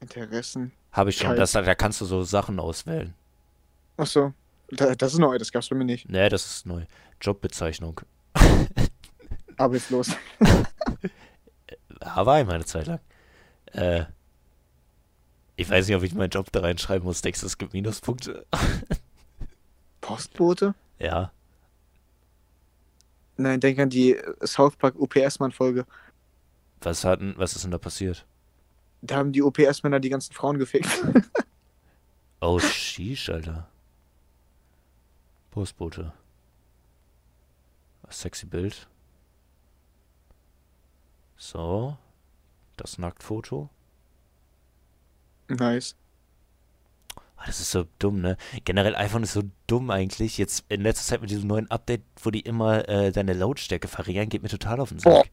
Interessen. Habe ich schon. Geil. Das, da kannst du so Sachen auswählen. Achso. Da, das ist neu, das gab's bei mir nicht. Nee, Ne, das ist neu. Jobbezeichnung. Arbeitslos. Hawaii meine Zeit lang. Äh, ich weiß nicht, ob ich meinen Job da reinschreiben muss. Denkst du, es gibt Minuspunkte? Postbote? ja. Nein, denk an die äh, South Park OPS-Mann-Folge. Was hatten, was ist denn da passiert? Da haben die OPS-Männer die ganzen Frauen gefickt. Oh, sheesh, Alter. Postbote. Das sexy Bild. So. Das Nacktfoto. nice. Ah, Das ist so dumm, ne? Generell iPhone ist so dumm eigentlich. Jetzt in letzter Zeit mit diesem neuen Update, wo die immer äh, deine Lautstärke verringern, geht mir total auf den Sack. Boah.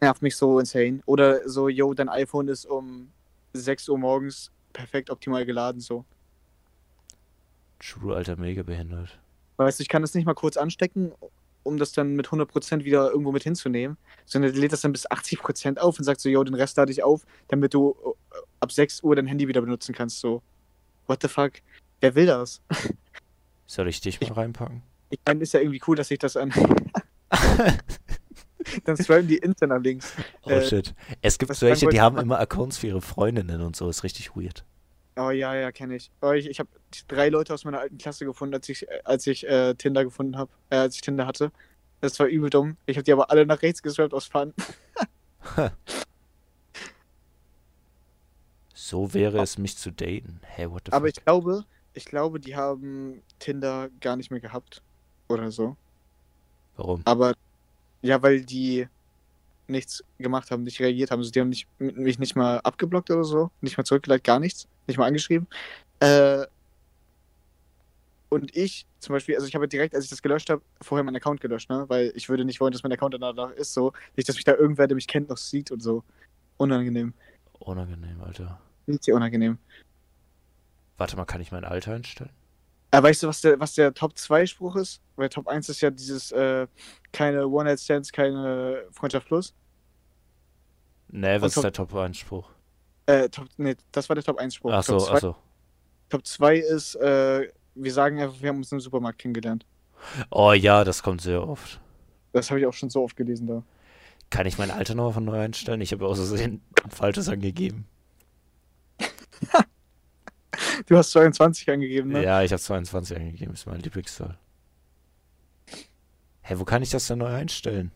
Nervt mich so insane. Oder so, yo, dein iPhone ist um 6 Uhr morgens perfekt optimal geladen, so. True, Alter, mega behindert. Weißt du, ich kann das nicht mal kurz anstecken, um das dann mit 100% wieder irgendwo mit hinzunehmen, sondern der lädt das dann bis 80% auf und sagt so, yo, den Rest lade ich auf, damit du äh, ab 6 Uhr dein Handy wieder benutzen kannst, so. What the fuck? Wer will das? Soll ich dich mal reinpacken? Ich äh, meine, ist ja irgendwie cool, dass ich das an... dann swipen die Intern nach links. Oh Äh, shit. Es gibt was sagen welche, die wollte- haben immer Accounts für ihre Freundinnen und so. Ist richtig weird. Oh ja, ja, kenne ich. Oh, ich ich habe drei Leute aus meiner alten Klasse gefunden, als ich, als ich äh, Tinder gefunden habe, äh, als ich Tinder hatte. Das war übel dumm. Ich habe die aber alle nach rechts geswiped aus Fun. So wäre es, mich zu daten. Hey, what the Aber fuck? ich glaube, ich glaube, die haben Tinder gar nicht mehr gehabt. Oder so. Warum? Aber ja, weil die nichts gemacht haben, nicht reagiert haben. Also die haben nicht, m- mich nicht mal abgeblockt oder so, nicht mal zurückgeleitet, gar nichts, nicht mal angeschrieben. Äh, und ich zum Beispiel, also ich habe direkt, als ich das gelöscht habe, vorher meinen Account gelöscht, ne? Weil ich würde nicht wollen, dass mein Account danach ist, so. Nicht, dass mich da irgendwer, der mich kennt, noch sieht und so. Unangenehm. Unangenehm, Alter. Nicht sehr unangenehm. Warte mal, kann ich mein Alter einstellen? Aber Äh, weißt du, was der, was der Top-2-Spruch ist? Weil Top 1 ist ja dieses, äh, keine One-Night-Stands, keine Freundschaft plus. Nee, was Und ist der Top-Einspruch? Äh, Top, nee, das war der Top 1-Spruch. Top Achso, 2 achso. Top 2 ist, äh, wir sagen einfach, wir haben uns im Supermarkt kennengelernt. Oh ja, das kommt sehr oft. Das habe ich auch schon so oft gelesen da. Kann ich mein Alter nochmal von neu einstellen? Ich habe aus Versehen ein falsches angegeben. Du hast 22 angegeben, ne? Ja, ich habe 22 angegeben, ist mein Lieblingszahl. Hä, wo kann ich das denn neu einstellen?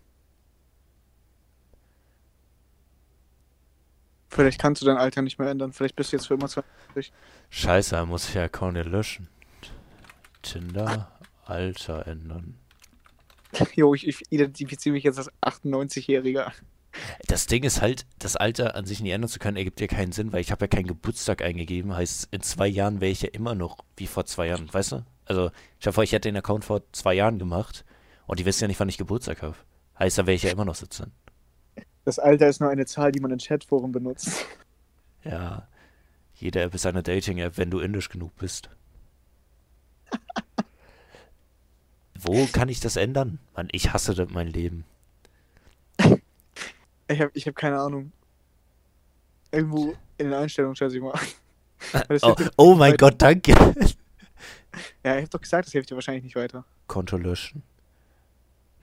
Vielleicht kannst du dein Alter nicht mehr ändern. Vielleicht bist du jetzt für immer 20. Scheiße, dann muss ich ja Account ja löschen. Tinder, Alter ändern. Jo, ich, ich identifiziere mich jetzt als 98-Jähriger. Das Ding ist halt, das Alter an sich nicht ändern zu können, ergibt ja keinen Sinn, weil ich habe ja keinen Geburtstag eingegeben. Heißt, in zwei Jahren wäre ich ja immer noch wie vor zwei Jahren, weißt du? Also, ich hoffe, ich hätte den Account vor zwei Jahren gemacht und die wissen ja nicht, wann ich Geburtstag habe. Heißt, da wäre ich ja immer noch sitzen. Das Alter ist nur eine Zahl, die man in Chatforen benutzt. Ja, jede App ist eine Dating-App, wenn du indisch genug bist. Wo kann ich das ändern? Mann, ich hasse das mein Leben. Ich habe ich hab keine Ahnung. Irgendwo in den Einstellungen, schätze ich mal. Das Oh, hilft dir- oh mein Gott, danke. Ja, ich habe doch gesagt, das hilft dir wahrscheinlich nicht weiter. Konto löschen.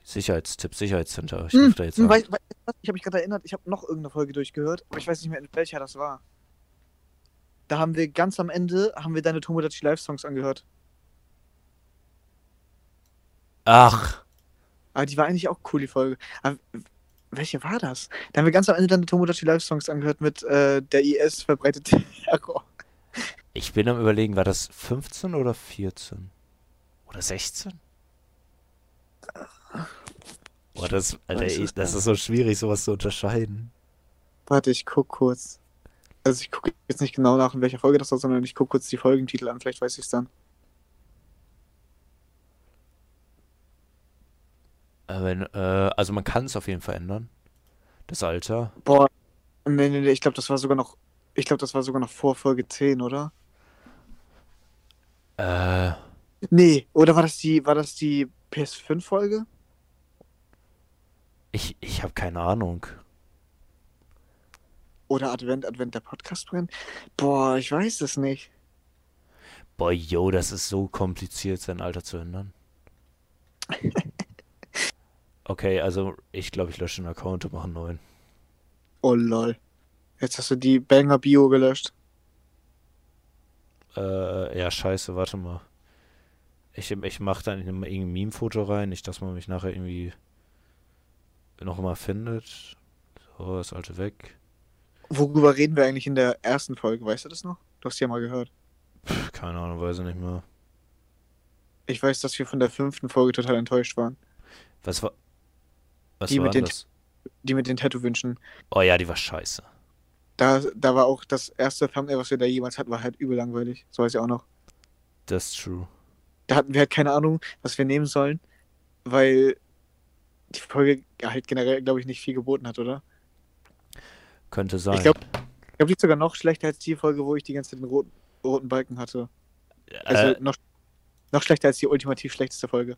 Sicherheitstipp, Sicherheitscenter. Ich Hm, rufe da jetzt hm, an. wei- wei- was? ich habe mich gerade erinnert, ich habe noch irgendeine Folge durchgehört, aber ich weiß nicht mehr, in welcher das war. Da haben wir ganz am Ende, haben wir deine Tomodachi Live-Songs angehört. Ach, Aber die war eigentlich auch cool, die Folge. Aber w- welche war das? Da haben wir ganz am Ende deine Tomodachi Live-Songs angehört mit äh, der IS verbreitet oh, Terror. ich bin am überlegen, war das 15 oder 14? Oder 16? Boah, das, Alter, weiß ich, es das nicht. ist so schwierig, sowas zu unterscheiden. Warte, ich guck kurz. Also ich gucke jetzt nicht genau nach, in welcher Folge das war, sondern ich guck kurz die Folgentitel an, vielleicht weiß ich es dann. Äh, wenn, äh, also man kann es auf jeden Fall ändern. Das Alter. Boah, nee, nee, nee, ich glaube, das war sogar noch, ich glaube, das war sogar noch vor Folge 10, oder? Äh, Nee, oder war das die, war das die PS5-Folge? ich, ich habe keine Ahnung. Oder Advent, Advent der Podcast-Brand? Boah, ich weiß es nicht. Boah, yo, das ist so kompliziert, sein Alter zu ändern. Okay, also ich glaube, ich lösche den Account und mache einen neuen. Oh lol. Jetzt hast du die Banger Bio gelöscht. Äh, ja, scheiße, warte mal. Ich, ich mache dann irgendein Meme-Foto rein, nicht, dass man mich nachher irgendwie noch mal findet. So, das alte weg. Worüber reden wir eigentlich in der ersten Folge? Weißt du das noch? Du hast ja mal gehört. Pff, keine Ahnung, weiß ich nicht mehr. Ich weiß, dass wir von der fünften Folge total enttäuscht waren. Was war. Was Die war mit den- das? Die mit den Tattoo-Wünschen. Oh ja, die war scheiße. Da, da war auch das erste Thumbnail, was wir da jemals hatten, war halt übel langweilig. So weiß ich auch noch. Das ist true. Da hatten wir halt keine Ahnung, was wir nehmen sollen, weil die Folge halt generell, glaube ich, nicht viel geboten hat, oder? Könnte sein. Ich glaube, ich glaub, die ist sogar noch schlechter als die Folge, wo ich die ganze Zeit den roten, roten Balken hatte. Also äh, noch, noch schlechter als die ultimativ schlechteste Folge.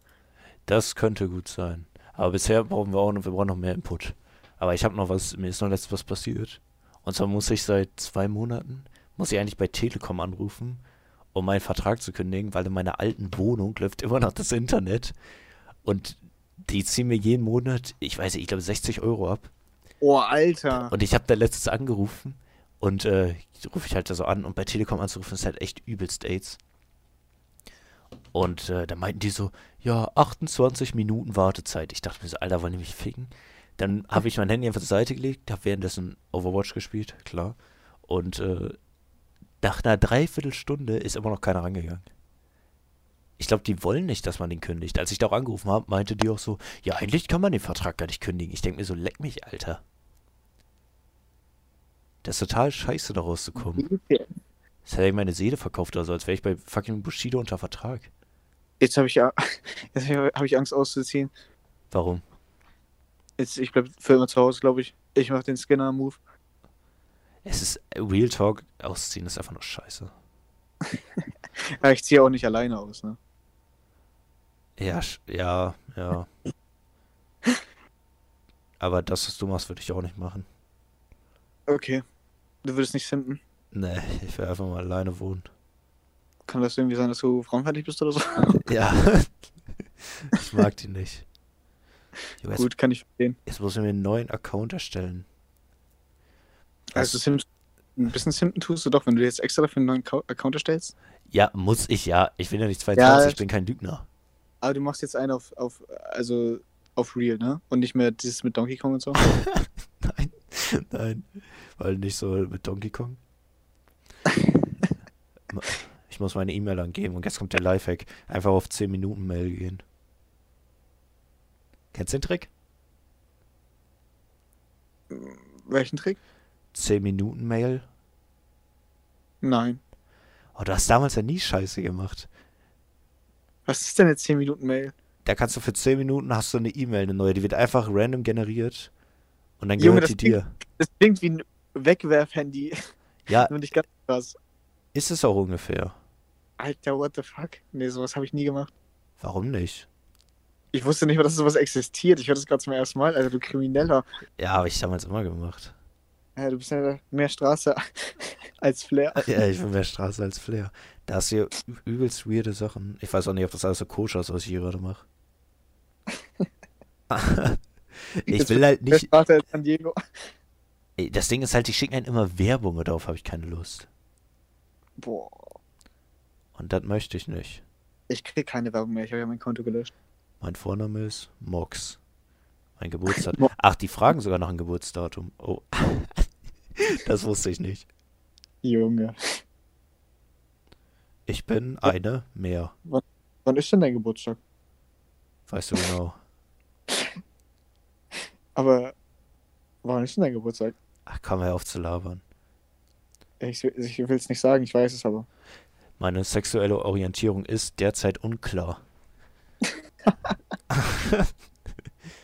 das könnte gut sein. Aber bisher brauchen wir auch noch, wir brauchen noch mehr Input. Aber ich habe noch was, mir ist noch letztens was passiert. Und zwar muss ich seit zwei Monaten, muss ich eigentlich bei Telekom anrufen, um meinen Vertrag zu kündigen, weil in meiner alten Wohnung läuft immer noch das Internet. Und die ziehen mir jeden Monat, ich weiß nicht, ich glaube 60 Euro ab. Oh, Alter. Und ich habe da letztens angerufen und äh, rufe ich halt da so an und bei Telekom anzurufen ist halt echt übelst AIDS. Und äh, da meinten die so, ja, 28 Minuten Wartezeit. Ich dachte mir so, Alter, wollen die mich ficken? Dann habe ich mein Handy einfach zur Seite gelegt, habe währenddessen Overwatch gespielt, klar. Und äh, nach einer Dreiviertelstunde ist immer noch keiner rangegangen. Ich glaube, die wollen nicht, dass man den kündigt. Als ich da auch angerufen habe, meinte die auch so, ja, eigentlich kann man den Vertrag gar nicht kündigen. Ich denke mir so, leck mich, Alter. Das ist total scheiße, da rauszukommen. Mhm. Das hätte ich meine Seele verkauft oder so, als wäre ich bei fucking Bushido unter Vertrag. Jetzt habe ich, ja- jetzt hab ich Angst auszuziehen. Warum? Jetzt, ich bleib für immer zu Hause, glaube ich. Ich mache den Scanner-Move. Es ist äh, Real Talk, ausziehen ist einfach nur scheiße. Ja, ich ziehe auch nicht alleine aus, ne? Ja, sch- ja, ja. Aber das, was du machst, würde ich auch nicht machen. Okay. Du würdest nicht simpen. Nee, ich will einfach mal alleine wohnen. Kann das irgendwie sein, dass du frauenfeindlich bist oder so? Ja. ich mag die nicht. Junge, jetzt, Gut, kann ich verstehen. jetzt muss ich mir einen neuen Account erstellen. Also, Sims, ein bisschen simpen tust du doch, wenn du jetzt extra dafür einen neuen Kau- Account erstellst. Ja, muss ich ja. Ich bin ja nicht 22, Ja. ich bin kein Lügner. Aber du machst jetzt einen auf, auf also auf Real, ne? Und nicht mehr dieses mit Donkey Kong und so. Nein, nein, weil nicht so mit Donkey Kong. Ich muss meine E-Mail angeben und jetzt kommt der Lifehack. Einfach auf 10 Minuten Mail gehen. Kennst du den Trick? Welchen Trick? 10 Minuten Mail? Nein. Oh, du hast damals ja nie Scheiße gemacht. Was ist denn eine 10-Minuten-Mail? Da kannst du für 10 Minuten hast du eine E-Mail, eine neue, die wird einfach random generiert und dann Junge, gehört die das klingt- dir. Das klingt wie ein Wegwerf-Handy. Ja, Nur nicht ganz krass. ist es auch ungefähr. Alter, what the fuck? Nee, sowas habe ich nie gemacht. Warum nicht? Ich wusste nicht mal, dass sowas existiert. Ich höre das gerade zum ersten Mal. Also, du Krimineller. Ja, habe ich damals immer gemacht. Ja, du bist ja mehr Straße als Flair. Ja, ich bin mehr Straße als Flair. Da hast du ja ü- übelst weirde Sachen. Ich weiß auch nicht, ob das alles so koscher ist, was ich hier gerade mache. ich will halt Mehr nicht. Straße als San Diego. Ey, das Ding ist halt, die schicken einen immer Werbung und darauf habe ich keine Lust. Boah. Und das möchte ich nicht. Ich krieg keine Werbung mehr. Ich habe ja mein Konto gelöscht. Mein Vorname ist Mox. Mein Geburtstag. Mo- Ach, die fragen sogar nach einem Geburtsdatum. Oh. das wusste ich nicht. Junge. Ich bin eine mehr. Wann ist denn dein Geburtstag? Weißt du genau. Aber wann ist denn dein Geburtstag? Ach, komm, hör auf zu labern. Ich, ich will es nicht sagen, ich weiß es aber. Meine sexuelle Orientierung ist derzeit unklar.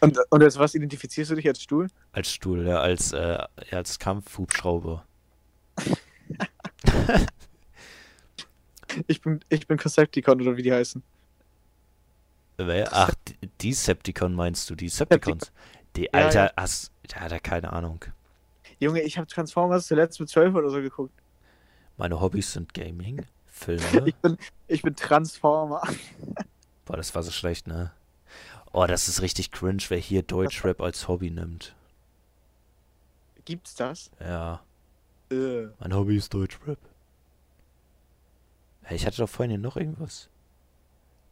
Und, und als was identifizierst du dich als Stuhl? Als Stuhl, ja, als, äh, als Kampfhubschrauber. Ich bin, ich bin Concepticon oder wie die heißen. Wer- Äh, Ach, D- Decepticon meinst du, Decepticons? Die, Alter, hast, ja, da keine Ahnung. Junge, ich habe Transformers zuletzt mit 12 oder so geguckt. Meine Hobbys sind Gaming, Filme. Ich bin, ich bin Transformer. Boah, das war so schlecht, ne? Oh, das ist richtig cringe, wer hier Deutschrap als Hobby nimmt. Gibt's das? Ja, Äh. mein Hobby ist Deutschrap. Hey, ich hatte doch vorhin hier noch irgendwas.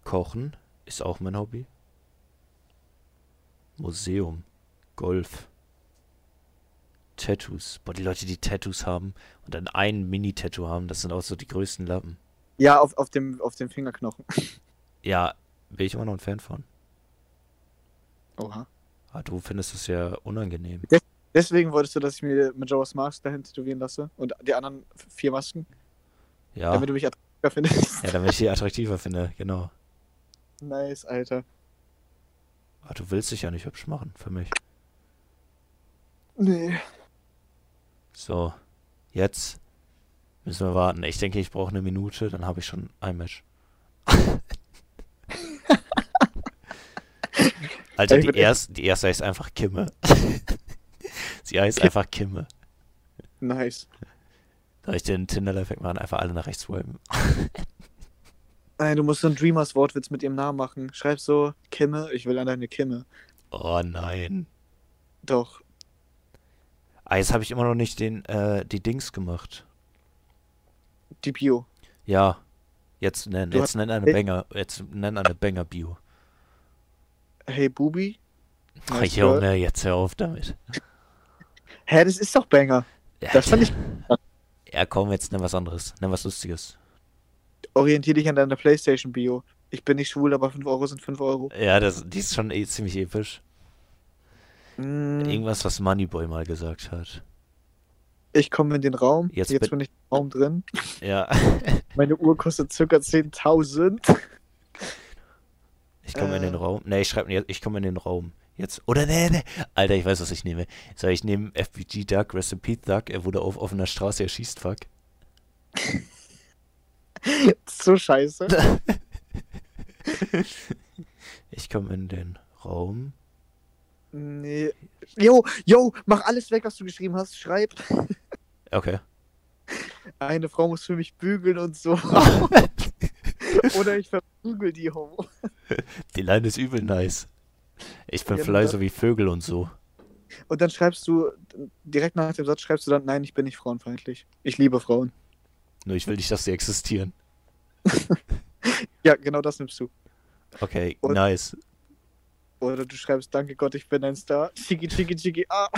Kochen ist auch mein Hobby. Museum, Golf, Tattoos. Boah, die Leute, die Tattoos haben und dann ein Mini-Tattoo haben, das sind auch so die größten Lappen. Ja, auf, auf, dem, auf dem Fingerknochen. Ja, bin ich immer noch ein Fan von. Oha. Ah, du findest es ja unangenehm. Deswegen wolltest du, dass ich mir Majora's Mask dahin tätowieren lasse und die anderen f- vier Masken, Ja, damit du mich attraktiver findest. ja damit ich die attraktiver finde, genau. nice, Alter. Aber Ah, du willst dich ja nicht hübsch machen für mich. Nee. So, jetzt müssen wir warten. Ich denke, ich brauche eine Minute, dann habe ich schon ein Match. Alter, Ich die bin echt- erste, die erste heißt einfach Kimme. Sie heißt Kim- einfach Kimme. Nice. Soll ich den Tinder-Effekt machen? Einfach alle nach rechts swipen. Nein, du musst so einen Dreamers-Wortwitz mit ihrem Namen machen. Schreib so, Kimme, ich will an deine Kimme. Oh nein. Doch. Ah, jetzt habe ich immer noch nicht den, äh, die Dings gemacht. Die Bio. Ja. Jetzt nenn, Du jetzt nenn eine Ey. Banger, jetzt nenn eine Banger-Bio. Hey, Bubi. Ach, Nice girl. Junge, jetzt hör auf damit. Hä, das ist doch Banger. Das fand ich. Ja, komm, jetzt nimm was anderes. Nimm was Lustiges. Orientier dich an deiner Playstation-Bio. Ich bin nicht schwul, aber 5 Euro sind 5 Euro. Ja, das, die ist schon eh ziemlich episch. Mm, Irgendwas, was Moneyboy mal gesagt hat. ich komme in den Raum. Jetzt Jetzt, bin- bin ich im Raum drin. Ja, Meine Uhr kostet circa 10.000. ich komme in den Äh. Raum. Ne, ich schreibe jetzt, ich komme in den Raum. Jetzt. Oder ne, ne. Alter, ich weiß, was ich nehme. Soll ich nehmen FPG Duck, Rest in Peace Duck, er wurde auf offener Straße erschießt, fuck. So scheiße. Ich komme in den Raum. Nee. Jo, jo, mach alles weg, was du geschrieben hast. Schreib, Okay. eine Frau muss für mich bügeln und so. Oder ich verprügel die Homo. Die Line ist übel nice. Ich bin Ja, fly ne? so wie Vögel und so. Und dann schreibst du, direkt nach dem Satz schreibst du dann, nein, ich bin nicht frauenfeindlich. Ich liebe Frauen. Nur ich will nicht, dass sie existieren. Ja, genau das nimmst du. Okay, Und- nice. Oder du schreibst, danke Gott, ich bin ein Star. Chiki, chiki, chiki, ah.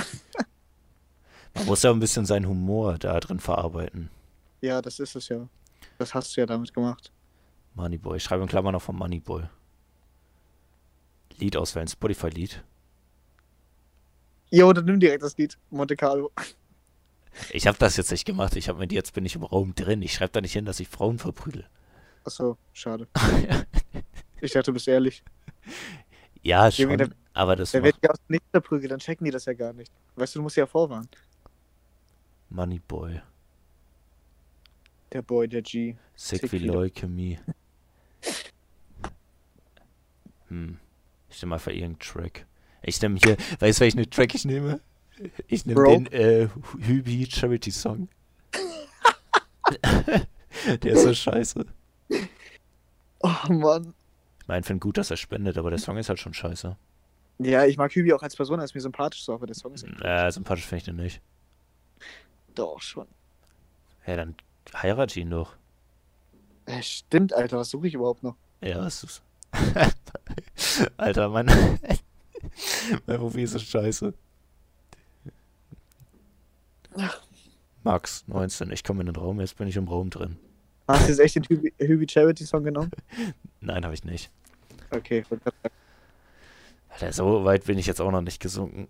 Man muss ja ein bisschen seinen Humor da drin verarbeiten. Ja, das ist es ja. Das hast du ja damit gemacht. Moneyboy. Ich schreibe in Klammern noch von Moneyboy. Lied auswählen, Spotify-Lied. Jo, dann nimm direkt das Lied. Monte Carlo. Ich habe das jetzt nicht gemacht. Ich habe mir die jetzt bin ich im Raum drin. Ich schreibe da nicht hin, dass ich Frauen verprügel. Achso, schade. Ich dachte, du bist ehrlich. Ja, Junge, schon. der- aber das Wer macht wird ja aus dem Nichts verprügelt, dann checken die das ja gar nicht. Weißt du, du musst ja vorwarnen. Moneyboy. Der Boy, der G. Sick Sick wie wie Leu- Leukämie. Hm. Ich nehme einfach irgendeinen Track. Ich nehme hier. Weißt du, welchen Track ich nehme? Ich nehme Bro. den äh, Hübi Charity Song. Der ist so scheiße. Oh Mann. Ich meine, finde gut, dass er spendet, aber der Song ist halt schon scheiße. Ja, ich mag Hübi auch als Person, er ist mir sympathisch so, aber der Song ist Äh, sympathisch finde ich den nicht. doch schon. Ja, dann heirate ihn doch. Äh, stimmt, Alter, was suche ich überhaupt noch? Ja, was ist das? Hm. Alter, mein, mein Profil ist so scheiße. Max, 19. Ich komme in den Raum, jetzt bin ich im Raum drin. Hast du jetzt echt den Hübi, Hübi Charity Song genommen? Nein, habe ich nicht. Okay, voll krass. Alter, so weit bin ich jetzt auch noch nicht gesunken.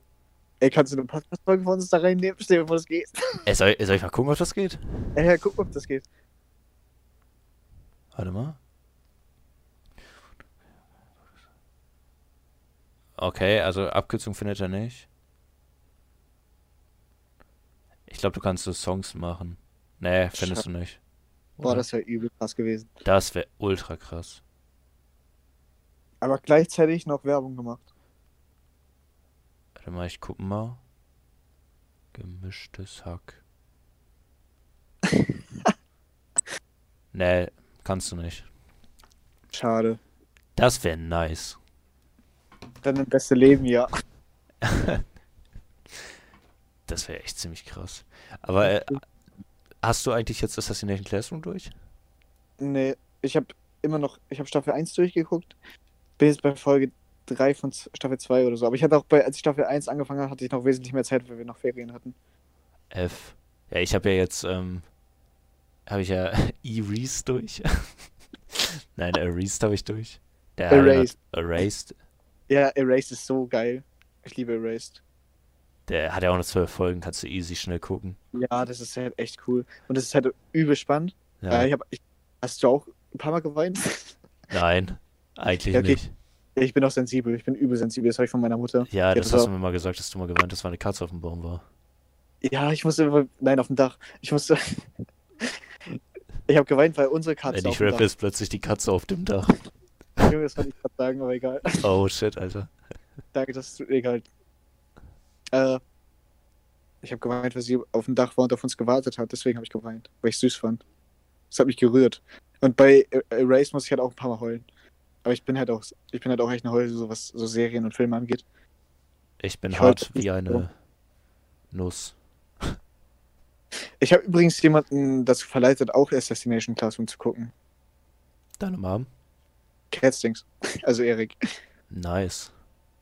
Ey, kannst du eine Podcast-Folge von uns da reinnehmen? Stell dir vor, das geht. Ey, Äh, soll, soll ich mal gucken, ob das geht? Ey, ja, guck mal, ob das geht. Warte mal. Okay, also Abkürzung findet er nicht. Ich glaube, du kannst so Songs machen. Nee, findest du nicht. Boah, Oder? das wäre übel krass gewesen. das wäre ultra krass. Aber gleichzeitig noch Werbung gemacht. Warte mal, ich guck mal. Gemischtes Hack. nee, kannst du nicht. Schade. Das wäre nice. Dann im beste Leben, ja. Das wäre echt ziemlich krass. Aber äh, hast du eigentlich jetzt Assassination Classroom durch? Nee, ich habe immer noch, ich habe Staffel 1 durchgeguckt. Bin jetzt bei Folge 3 von Z- Staffel 2 oder so. Aber ich hatte auch bei, als ich Staffel 1 angefangen habe, hatte ich noch wesentlich mehr Zeit, weil wir noch Ferien hatten. F. Ja, ich habe ja jetzt, ähm, habe ich ja E-Reese durch. Nein, Erased habe ich durch. Der Erased. Hat, Erased. Ja, Erased ist so geil. Ich liebe Erased. Der hat ja auch noch zwölf Folgen, kannst du easy schnell gucken. Ja, das ist halt echt cool. Und das ist halt übel spannend. Ja. Äh, ich hab, ich, hast du auch ein paar Mal geweint? Nein, eigentlich Ja, okay. nicht. ich bin auch sensibel. Ich bin übel sensibel. Das habe ich von meiner Mutter. Ja, das das hast war- du mir mal gesagt, dass du mal geweint hast, weil eine Katze auf dem Baum war. Ja, ich musste immer. Nein, auf dem Dach. Ich musste. ich habe geweint, weil unsere Katze. Wenn auf ich dem rappe, Dach. Äh, ist plötzlich die Katze auf dem Dach. Junge, das wollte ich gerade sagen, aber egal. Oh shit, Alter. Danke, das ist egal. Äh, ich habe geweint, weil sie auf dem Dach war und auf uns gewartet hat. Deswegen habe ich geweint, weil ich süß fand. Das hat mich gerührt. Und bei Er- Erased muss ich halt auch ein paar Mal heulen. Aber ich bin halt auch, ich bin halt auch echt eine Heule, so was so Serien und Filme angeht. Ich bin Ich hart wollte- wie eine Nuss. Ich habe übrigens jemanden dazu verleitet, auch Assassination Classroom zu gucken. Deine Mom? Catstings. Also Erik. Nice.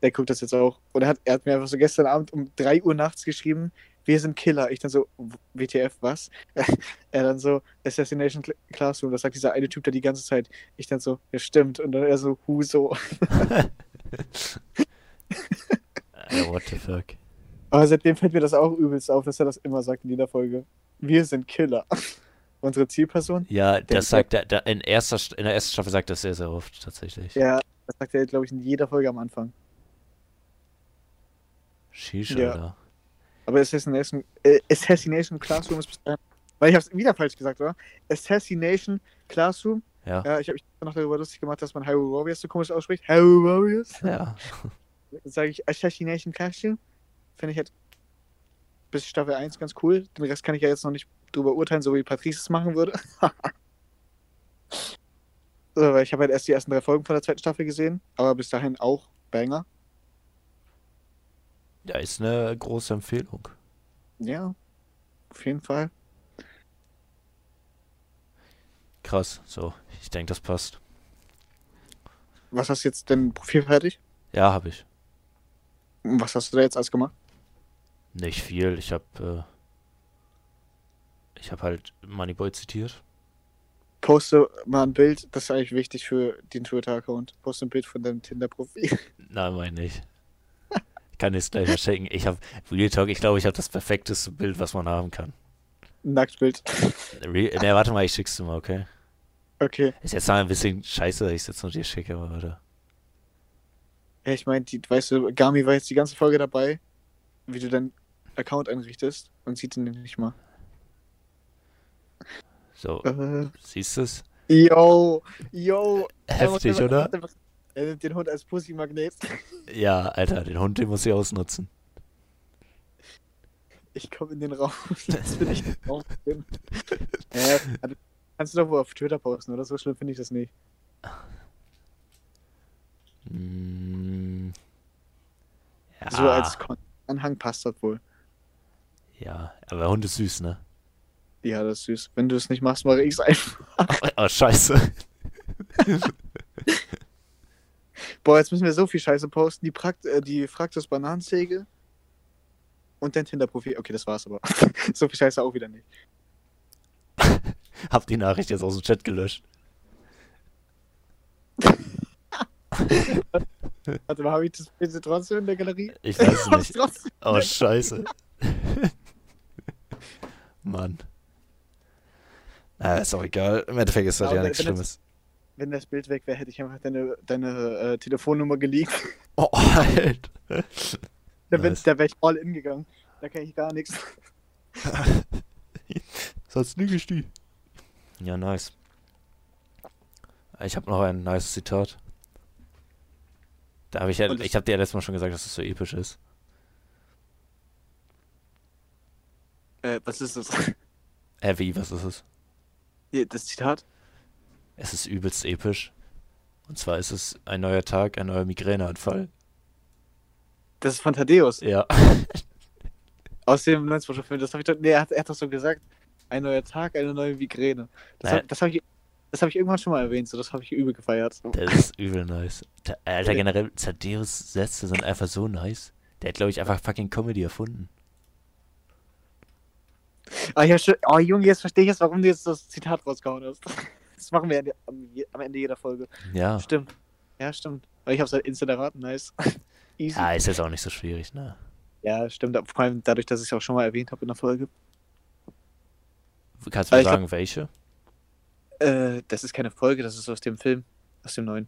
der guckt das jetzt auch. Und er hat, er hat mir einfach so gestern Abend um 3 Uhr nachts geschrieben, wir sind Killer. Ich dann so, w- WTF, was? er dann so, Assassination Cl- Classroom, das sagt dieser eine Typ da die ganze Zeit. Ich dann so, ja stimmt. Und dann er so, Huso. Äh, Alter, what the fuck? Aber seitdem fällt mir das auch übelst auf, dass er das immer sagt in jeder Folge. Wir sind Killer. Unsere Zielperson? Ja, Der- das sagt er, da, in, erster, St- in der ersten Staffel sagt das sehr, sehr oft tatsächlich. Ja, das sagt er, glaube ich, in jeder Folge am Anfang. Sheesh, Ja. Alter. Aber Assassination, äh, Assassination Classroom ist bis dahin, weil ich habe es wieder falsch gesagt, oder? Assassination Classroom Ja. Ja, ich habe mich noch darüber lustig gemacht, dass man Hyrule Warriors so komisch ausspricht. Hyrule Warriors? Ja. Dann sage ich Assassination Classroom. Finde ich halt bis Staffel 1 ganz cool. Den Rest kann ich ja jetzt noch nicht drüber urteilen, so wie Patrice es machen würde. so, weil ich habe halt erst die ersten drei Folgen von der zweiten Staffel gesehen, aber bis dahin auch Banger. ja, ist eine große Empfehlung. Ja, auf jeden Fall. Krass, so. Ich denke, das passt. Was hast du jetzt denn Profil fertig? Ja, habe ich. Und Was hast du da jetzt alles gemacht? Nicht viel. Ich habe äh, ich habe halt Moneyboy zitiert. Poste mal ein Bild, das ist eigentlich wichtig für den Twitter-Account. Poste ein Bild von deinem Tinder-Profil. Nein, mein nicht. Ich kann dir es gleich verschenken. Ich habe Real Talk, ich glaube, ich habe das perfekteste Bild, was man haben kann. Nacktbild. Real, ne, warte mal, ich schick's dir mal, okay? Okay. Ist jetzt mal ein bisschen scheiße, dass ich es jetzt noch dir schicke, aber warte. Ja, ich meine, die, weißt du, Gami war jetzt die ganze Folge dabei, wie du deinen Account einrichtest und sieht ihn nicht mal. So, Äh, siehst du's? yo, yo. Heftig, Er macht oder? einfach- Er nimmt den Hund als Pussy-Magnet. Ja, Alter, den Hund, den muss ich ausnutzen. Ich komme in den Raum. Jetzt bin ich im Raum drin. Äh, also, kannst du doch wohl auf Twitter posten, oder? So schlimm finde ich das nicht. Mm, ja, So als Kon- Anhang passt das wohl. ja, aber der Hund ist süß, ne? Ja, das ist süß. Wenn du es nicht machst, mache ich es einfach. Oh, scheiße. Boah, jetzt müssen wir so viel Scheiße posten. Die, Prakt äh, die Fraktus Bananensäge und dein Tinder-Profil. Okay, das war's aber. so viel Scheiße auch wieder nicht. Hab die Nachricht jetzt aus dem Chat gelöscht. Warte mal, habe ich das Bild trotzdem in der Galerie? Ich weiß es Hab's nicht. trotzdem. Oh, scheiße. Mann. Na, ist auch egal. Im Endeffekt ist das Aber ja wenn- nichts wenn Schlimmes. Wenn das Bild weg wäre, hätte ich einfach deine, deine äh, Telefonnummer geleakt. Oh, halt. Da, bin- Nice. da wäre ich all in gegangen. Da kann ich gar nichts. Sonst nügel die. Ja, nice. Ich habe noch ein nice Zitat. Da habe ich ja, Und das- ich habe dir ja letztes Mal schon gesagt, dass es so episch ist. Äh, was ist das? Äh, wie, was ist es? Hier, das Zitat? Es ist übelst episch. Und zwar ist es ein neuer Tag, ein neuer Migräneanfall. Das ist von Thaddeus. Ja. Aus dem 90 Film. Das habe ich doch. Nee, er hat, er hat das so gesagt. Ein neuer Tag, eine neue Migräne. Das Naja. habe hab ich. Das habe ich irgendwann schon mal erwähnt, so das habe ich übel gefeiert. Das ist übel nice. Ta- Alter, Ja. generell, Zadeus Sätze sind einfach so nice. Der hat, glaube ich, einfach fucking Comedy erfunden. Ah, ja, schön. Oh Junge, jetzt verstehe ich jetzt, warum du jetzt das Zitat rausgehauen hast. Das machen wir an der- am je- am Ende jeder Folge. Ja. Stimmt. Ja, stimmt. Weil ich habe es halt instant erraten, nice. Easy. Ah, ist jetzt auch nicht so schwierig, ne? Ja, stimmt. Vor allem dadurch, dass ich es auch schon mal erwähnt habe in der Folge. Kannst du mir Also ich sagen, welche? Äh, das ist keine Folge, das ist aus dem Film. Aus dem neuen.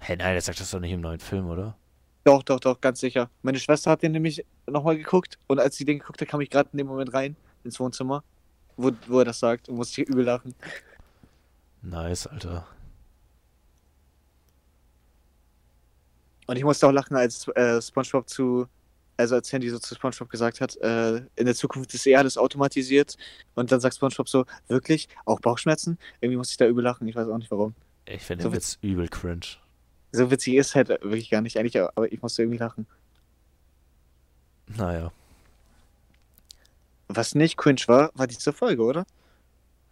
Hä, nein, der sagt das doch nicht im neuen Film, oder? Doch, doch, doch, ganz sicher. Meine Schwester hat den nämlich nochmal geguckt und als sie den geguckt hat, kam ich gerade in dem Moment rein ins Wohnzimmer, wo, wo er das sagt und musste ich übel lachen. Nice, Alter. Und ich musste auch lachen, als äh, Spongebob zu, also als Handy so zu Spongebob gesagt hat, äh, in der Zukunft ist eh alles automatisiert und dann sagt Spongebob so, wirklich? Auch Bauchschmerzen? Irgendwie musste ich da übel lachen, ich weiß auch nicht warum. Ich finde So den Witz übel cringe. So witzig ist halt wirklich gar nicht eigentlich, aber ich musste irgendwie lachen. Naja, Was nicht cringe war, war diese Folge, oder?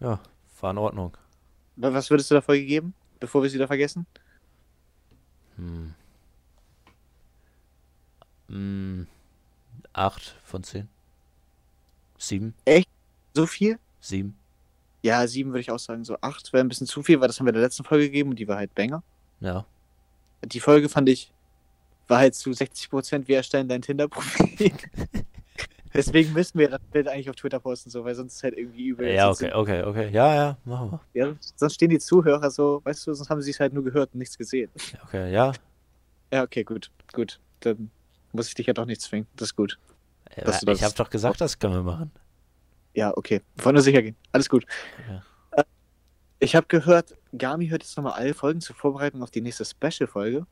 ja, war in Ordnung. Wa- Was würdest du der Folge geben, bevor wir sie wieder vergessen? Hm. Hm. Acht von zehn. Sieben? So viel? Sieben? Ja, sieben würde ich auch sagen. So acht wäre ein bisschen zu viel, weil das haben wir in der letzten Folge gegeben und die war halt Banger. Ja. Die Folge fand ich, war halt zu 60 Prozent, wir erstellen dein Tinder-Profil. Deswegen müssen wir das Bild eigentlich auf Twitter posten, so, weil sonst ist halt irgendwie übel. Ja, okay, Sonst- okay, okay. Ja, ja, machen wir. Ja, sonst stehen die Zuhörer so, weißt du, sonst haben sie es halt nur gehört und nichts gesehen. Ja, Okay, ja. Ja, okay, gut, gut. Dann muss ich dich ja doch nicht zwingen. Das ist gut. Äh, Dass du ich das- habe doch gesagt, das können wir machen. Ja, okay. Wollen nur sicher gehen. Alles gut. Ja. Äh, Ich habe gehört, Gami hört jetzt nochmal alle Folgen zur Vorbereitung auf die nächste Special-Folge.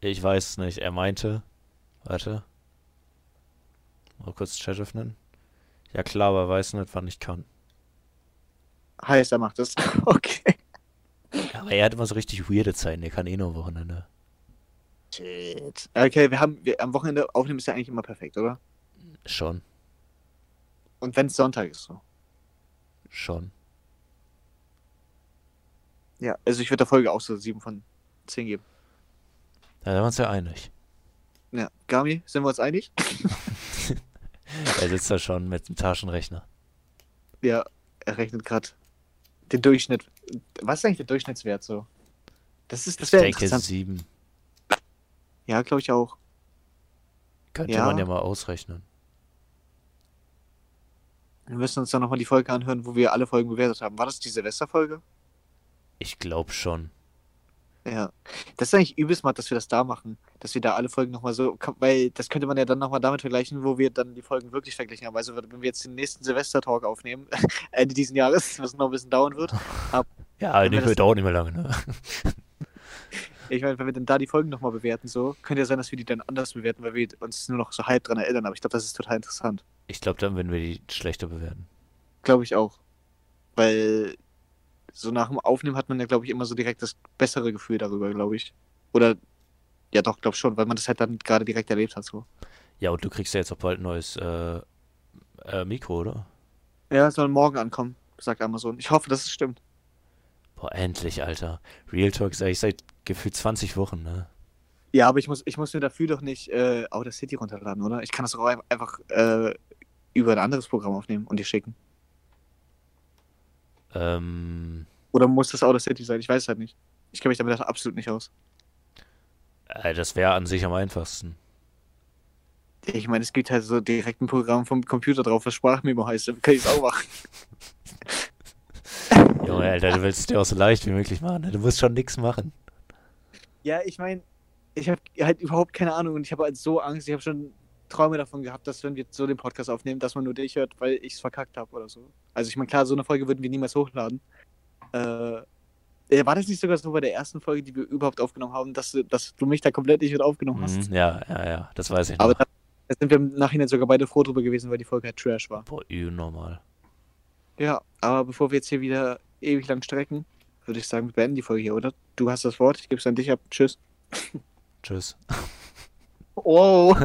Ich weiß nicht, er meinte. Warte. Mal kurz Chat öffnen. Ja klar, aber er weiß nicht, wann ich kann. Heißt, er macht es. Okay. Aber er hat immer so richtig weirde Zeiten, der kann eh nur am Wochenende. Shit. Okay, wir haben wir, am Wochenende aufnehmen ist ja eigentlich immer perfekt, oder? Schon, Und wenn es Sonntag ist so. schon. Ja. Also ich würde der Folge auch so 7 von 10 geben. Da sind wir uns ja einig. Ja. Gami, sind wir uns einig? Er sitzt da schon mit dem Taschenrechner. Ja, er rechnet gerade den Durchschnitt. Was ist eigentlich der Durchschnittswert so? Das ist das Ich wäre denke, interessant. sieben. Ja, glaube ich auch. Könnte Ja. man ja mal ausrechnen. Wir müssen uns dann nochmal die Folge anhören, wo wir alle Folgen bewertet haben. War das die Silvesterfolge? Ich glaube schon. Ja. Das ist eigentlich übelst mal, dass wir das da machen. Dass wir da alle Folgen nochmal so. Weil das könnte man ja dann nochmal damit vergleichen, wo wir dann die Folgen wirklich verglichen haben. Also, wenn wir jetzt den nächsten Silvester-Talk aufnehmen, Ende diesen Jahres, was noch ein bisschen dauern wird. Ja, aber Wenn wir das das- wird auch nicht mehr lange, ne? Ich meine, wenn wir dann da die Folgen nochmal bewerten, so, könnte ja sein, dass wir die dann anders bewerten, weil wir uns nur noch so halb dran erinnern. Aber ich glaube, das ist total interessant. Ich glaube, dann werden wir die schlechter bewerten. Glaube ich auch. Weil so nach dem Aufnehmen hat man ja, glaube ich, immer so direkt das bessere Gefühl darüber, glaube ich. Oder ja doch, glaube schon, weil man das halt dann gerade direkt erlebt hat. So. Ja, und du kriegst ja jetzt auch bald ein neues äh, äh, Mikro, oder? Ja, es soll morgen ankommen, sagt Amazon. Ich hoffe, dass es stimmt. Boah, endlich, Alter. Real Talk sag ich seit gefühlt 20 Wochen, ne? Ja, aber ich muss, ich muss mir dafür doch nicht äh, Outer City runterladen, oder? Ich kann das doch auch ein- einfach äh, über ein anderes Programm aufnehmen und dir schicken. Ähm, Oder muss das Outer City sein? Ich weiß halt nicht. Ich kenne mich damit absolut nicht aus. äh, das wäre an sich am einfachsten. Ich meine, es gibt halt so direkt ein Programm vom Computer drauf, was Sprachmemo heißt. Dann kann ich es auch machen. Junge, Alter, du willst es dir auch so leicht wie möglich machen. ne? Du musst schon nichts machen. Ja, ich meine, ich habe halt überhaupt keine Ahnung und ich habe halt so Angst. Ich habe schon Träume davon gehabt, dass wenn wir so den Podcast aufnehmen, dass man nur dich hört, weil ich es verkackt habe oder so. Also ich meine, klar, so eine Folge würden wir niemals hochladen. Äh, äh, war das nicht sogar so bei der ersten Folge, die wir überhaupt aufgenommen haben, dass du, dass du mich da komplett nicht mit aufgenommen hast? Mhm, ja, ja, ja, das weiß ich noch. Aber da, Da sind wir im Nachhinein sogar beide froh drüber gewesen, weil die Folge halt Trash war. Boah, normal. Ja, aber bevor wir jetzt hier wieder ewig lang strecken, würde ich sagen, wir beenden die Folge hier, oder? Du hast das Wort, ich gebe es an dich ab. Tschüss. Tschüss. Wow.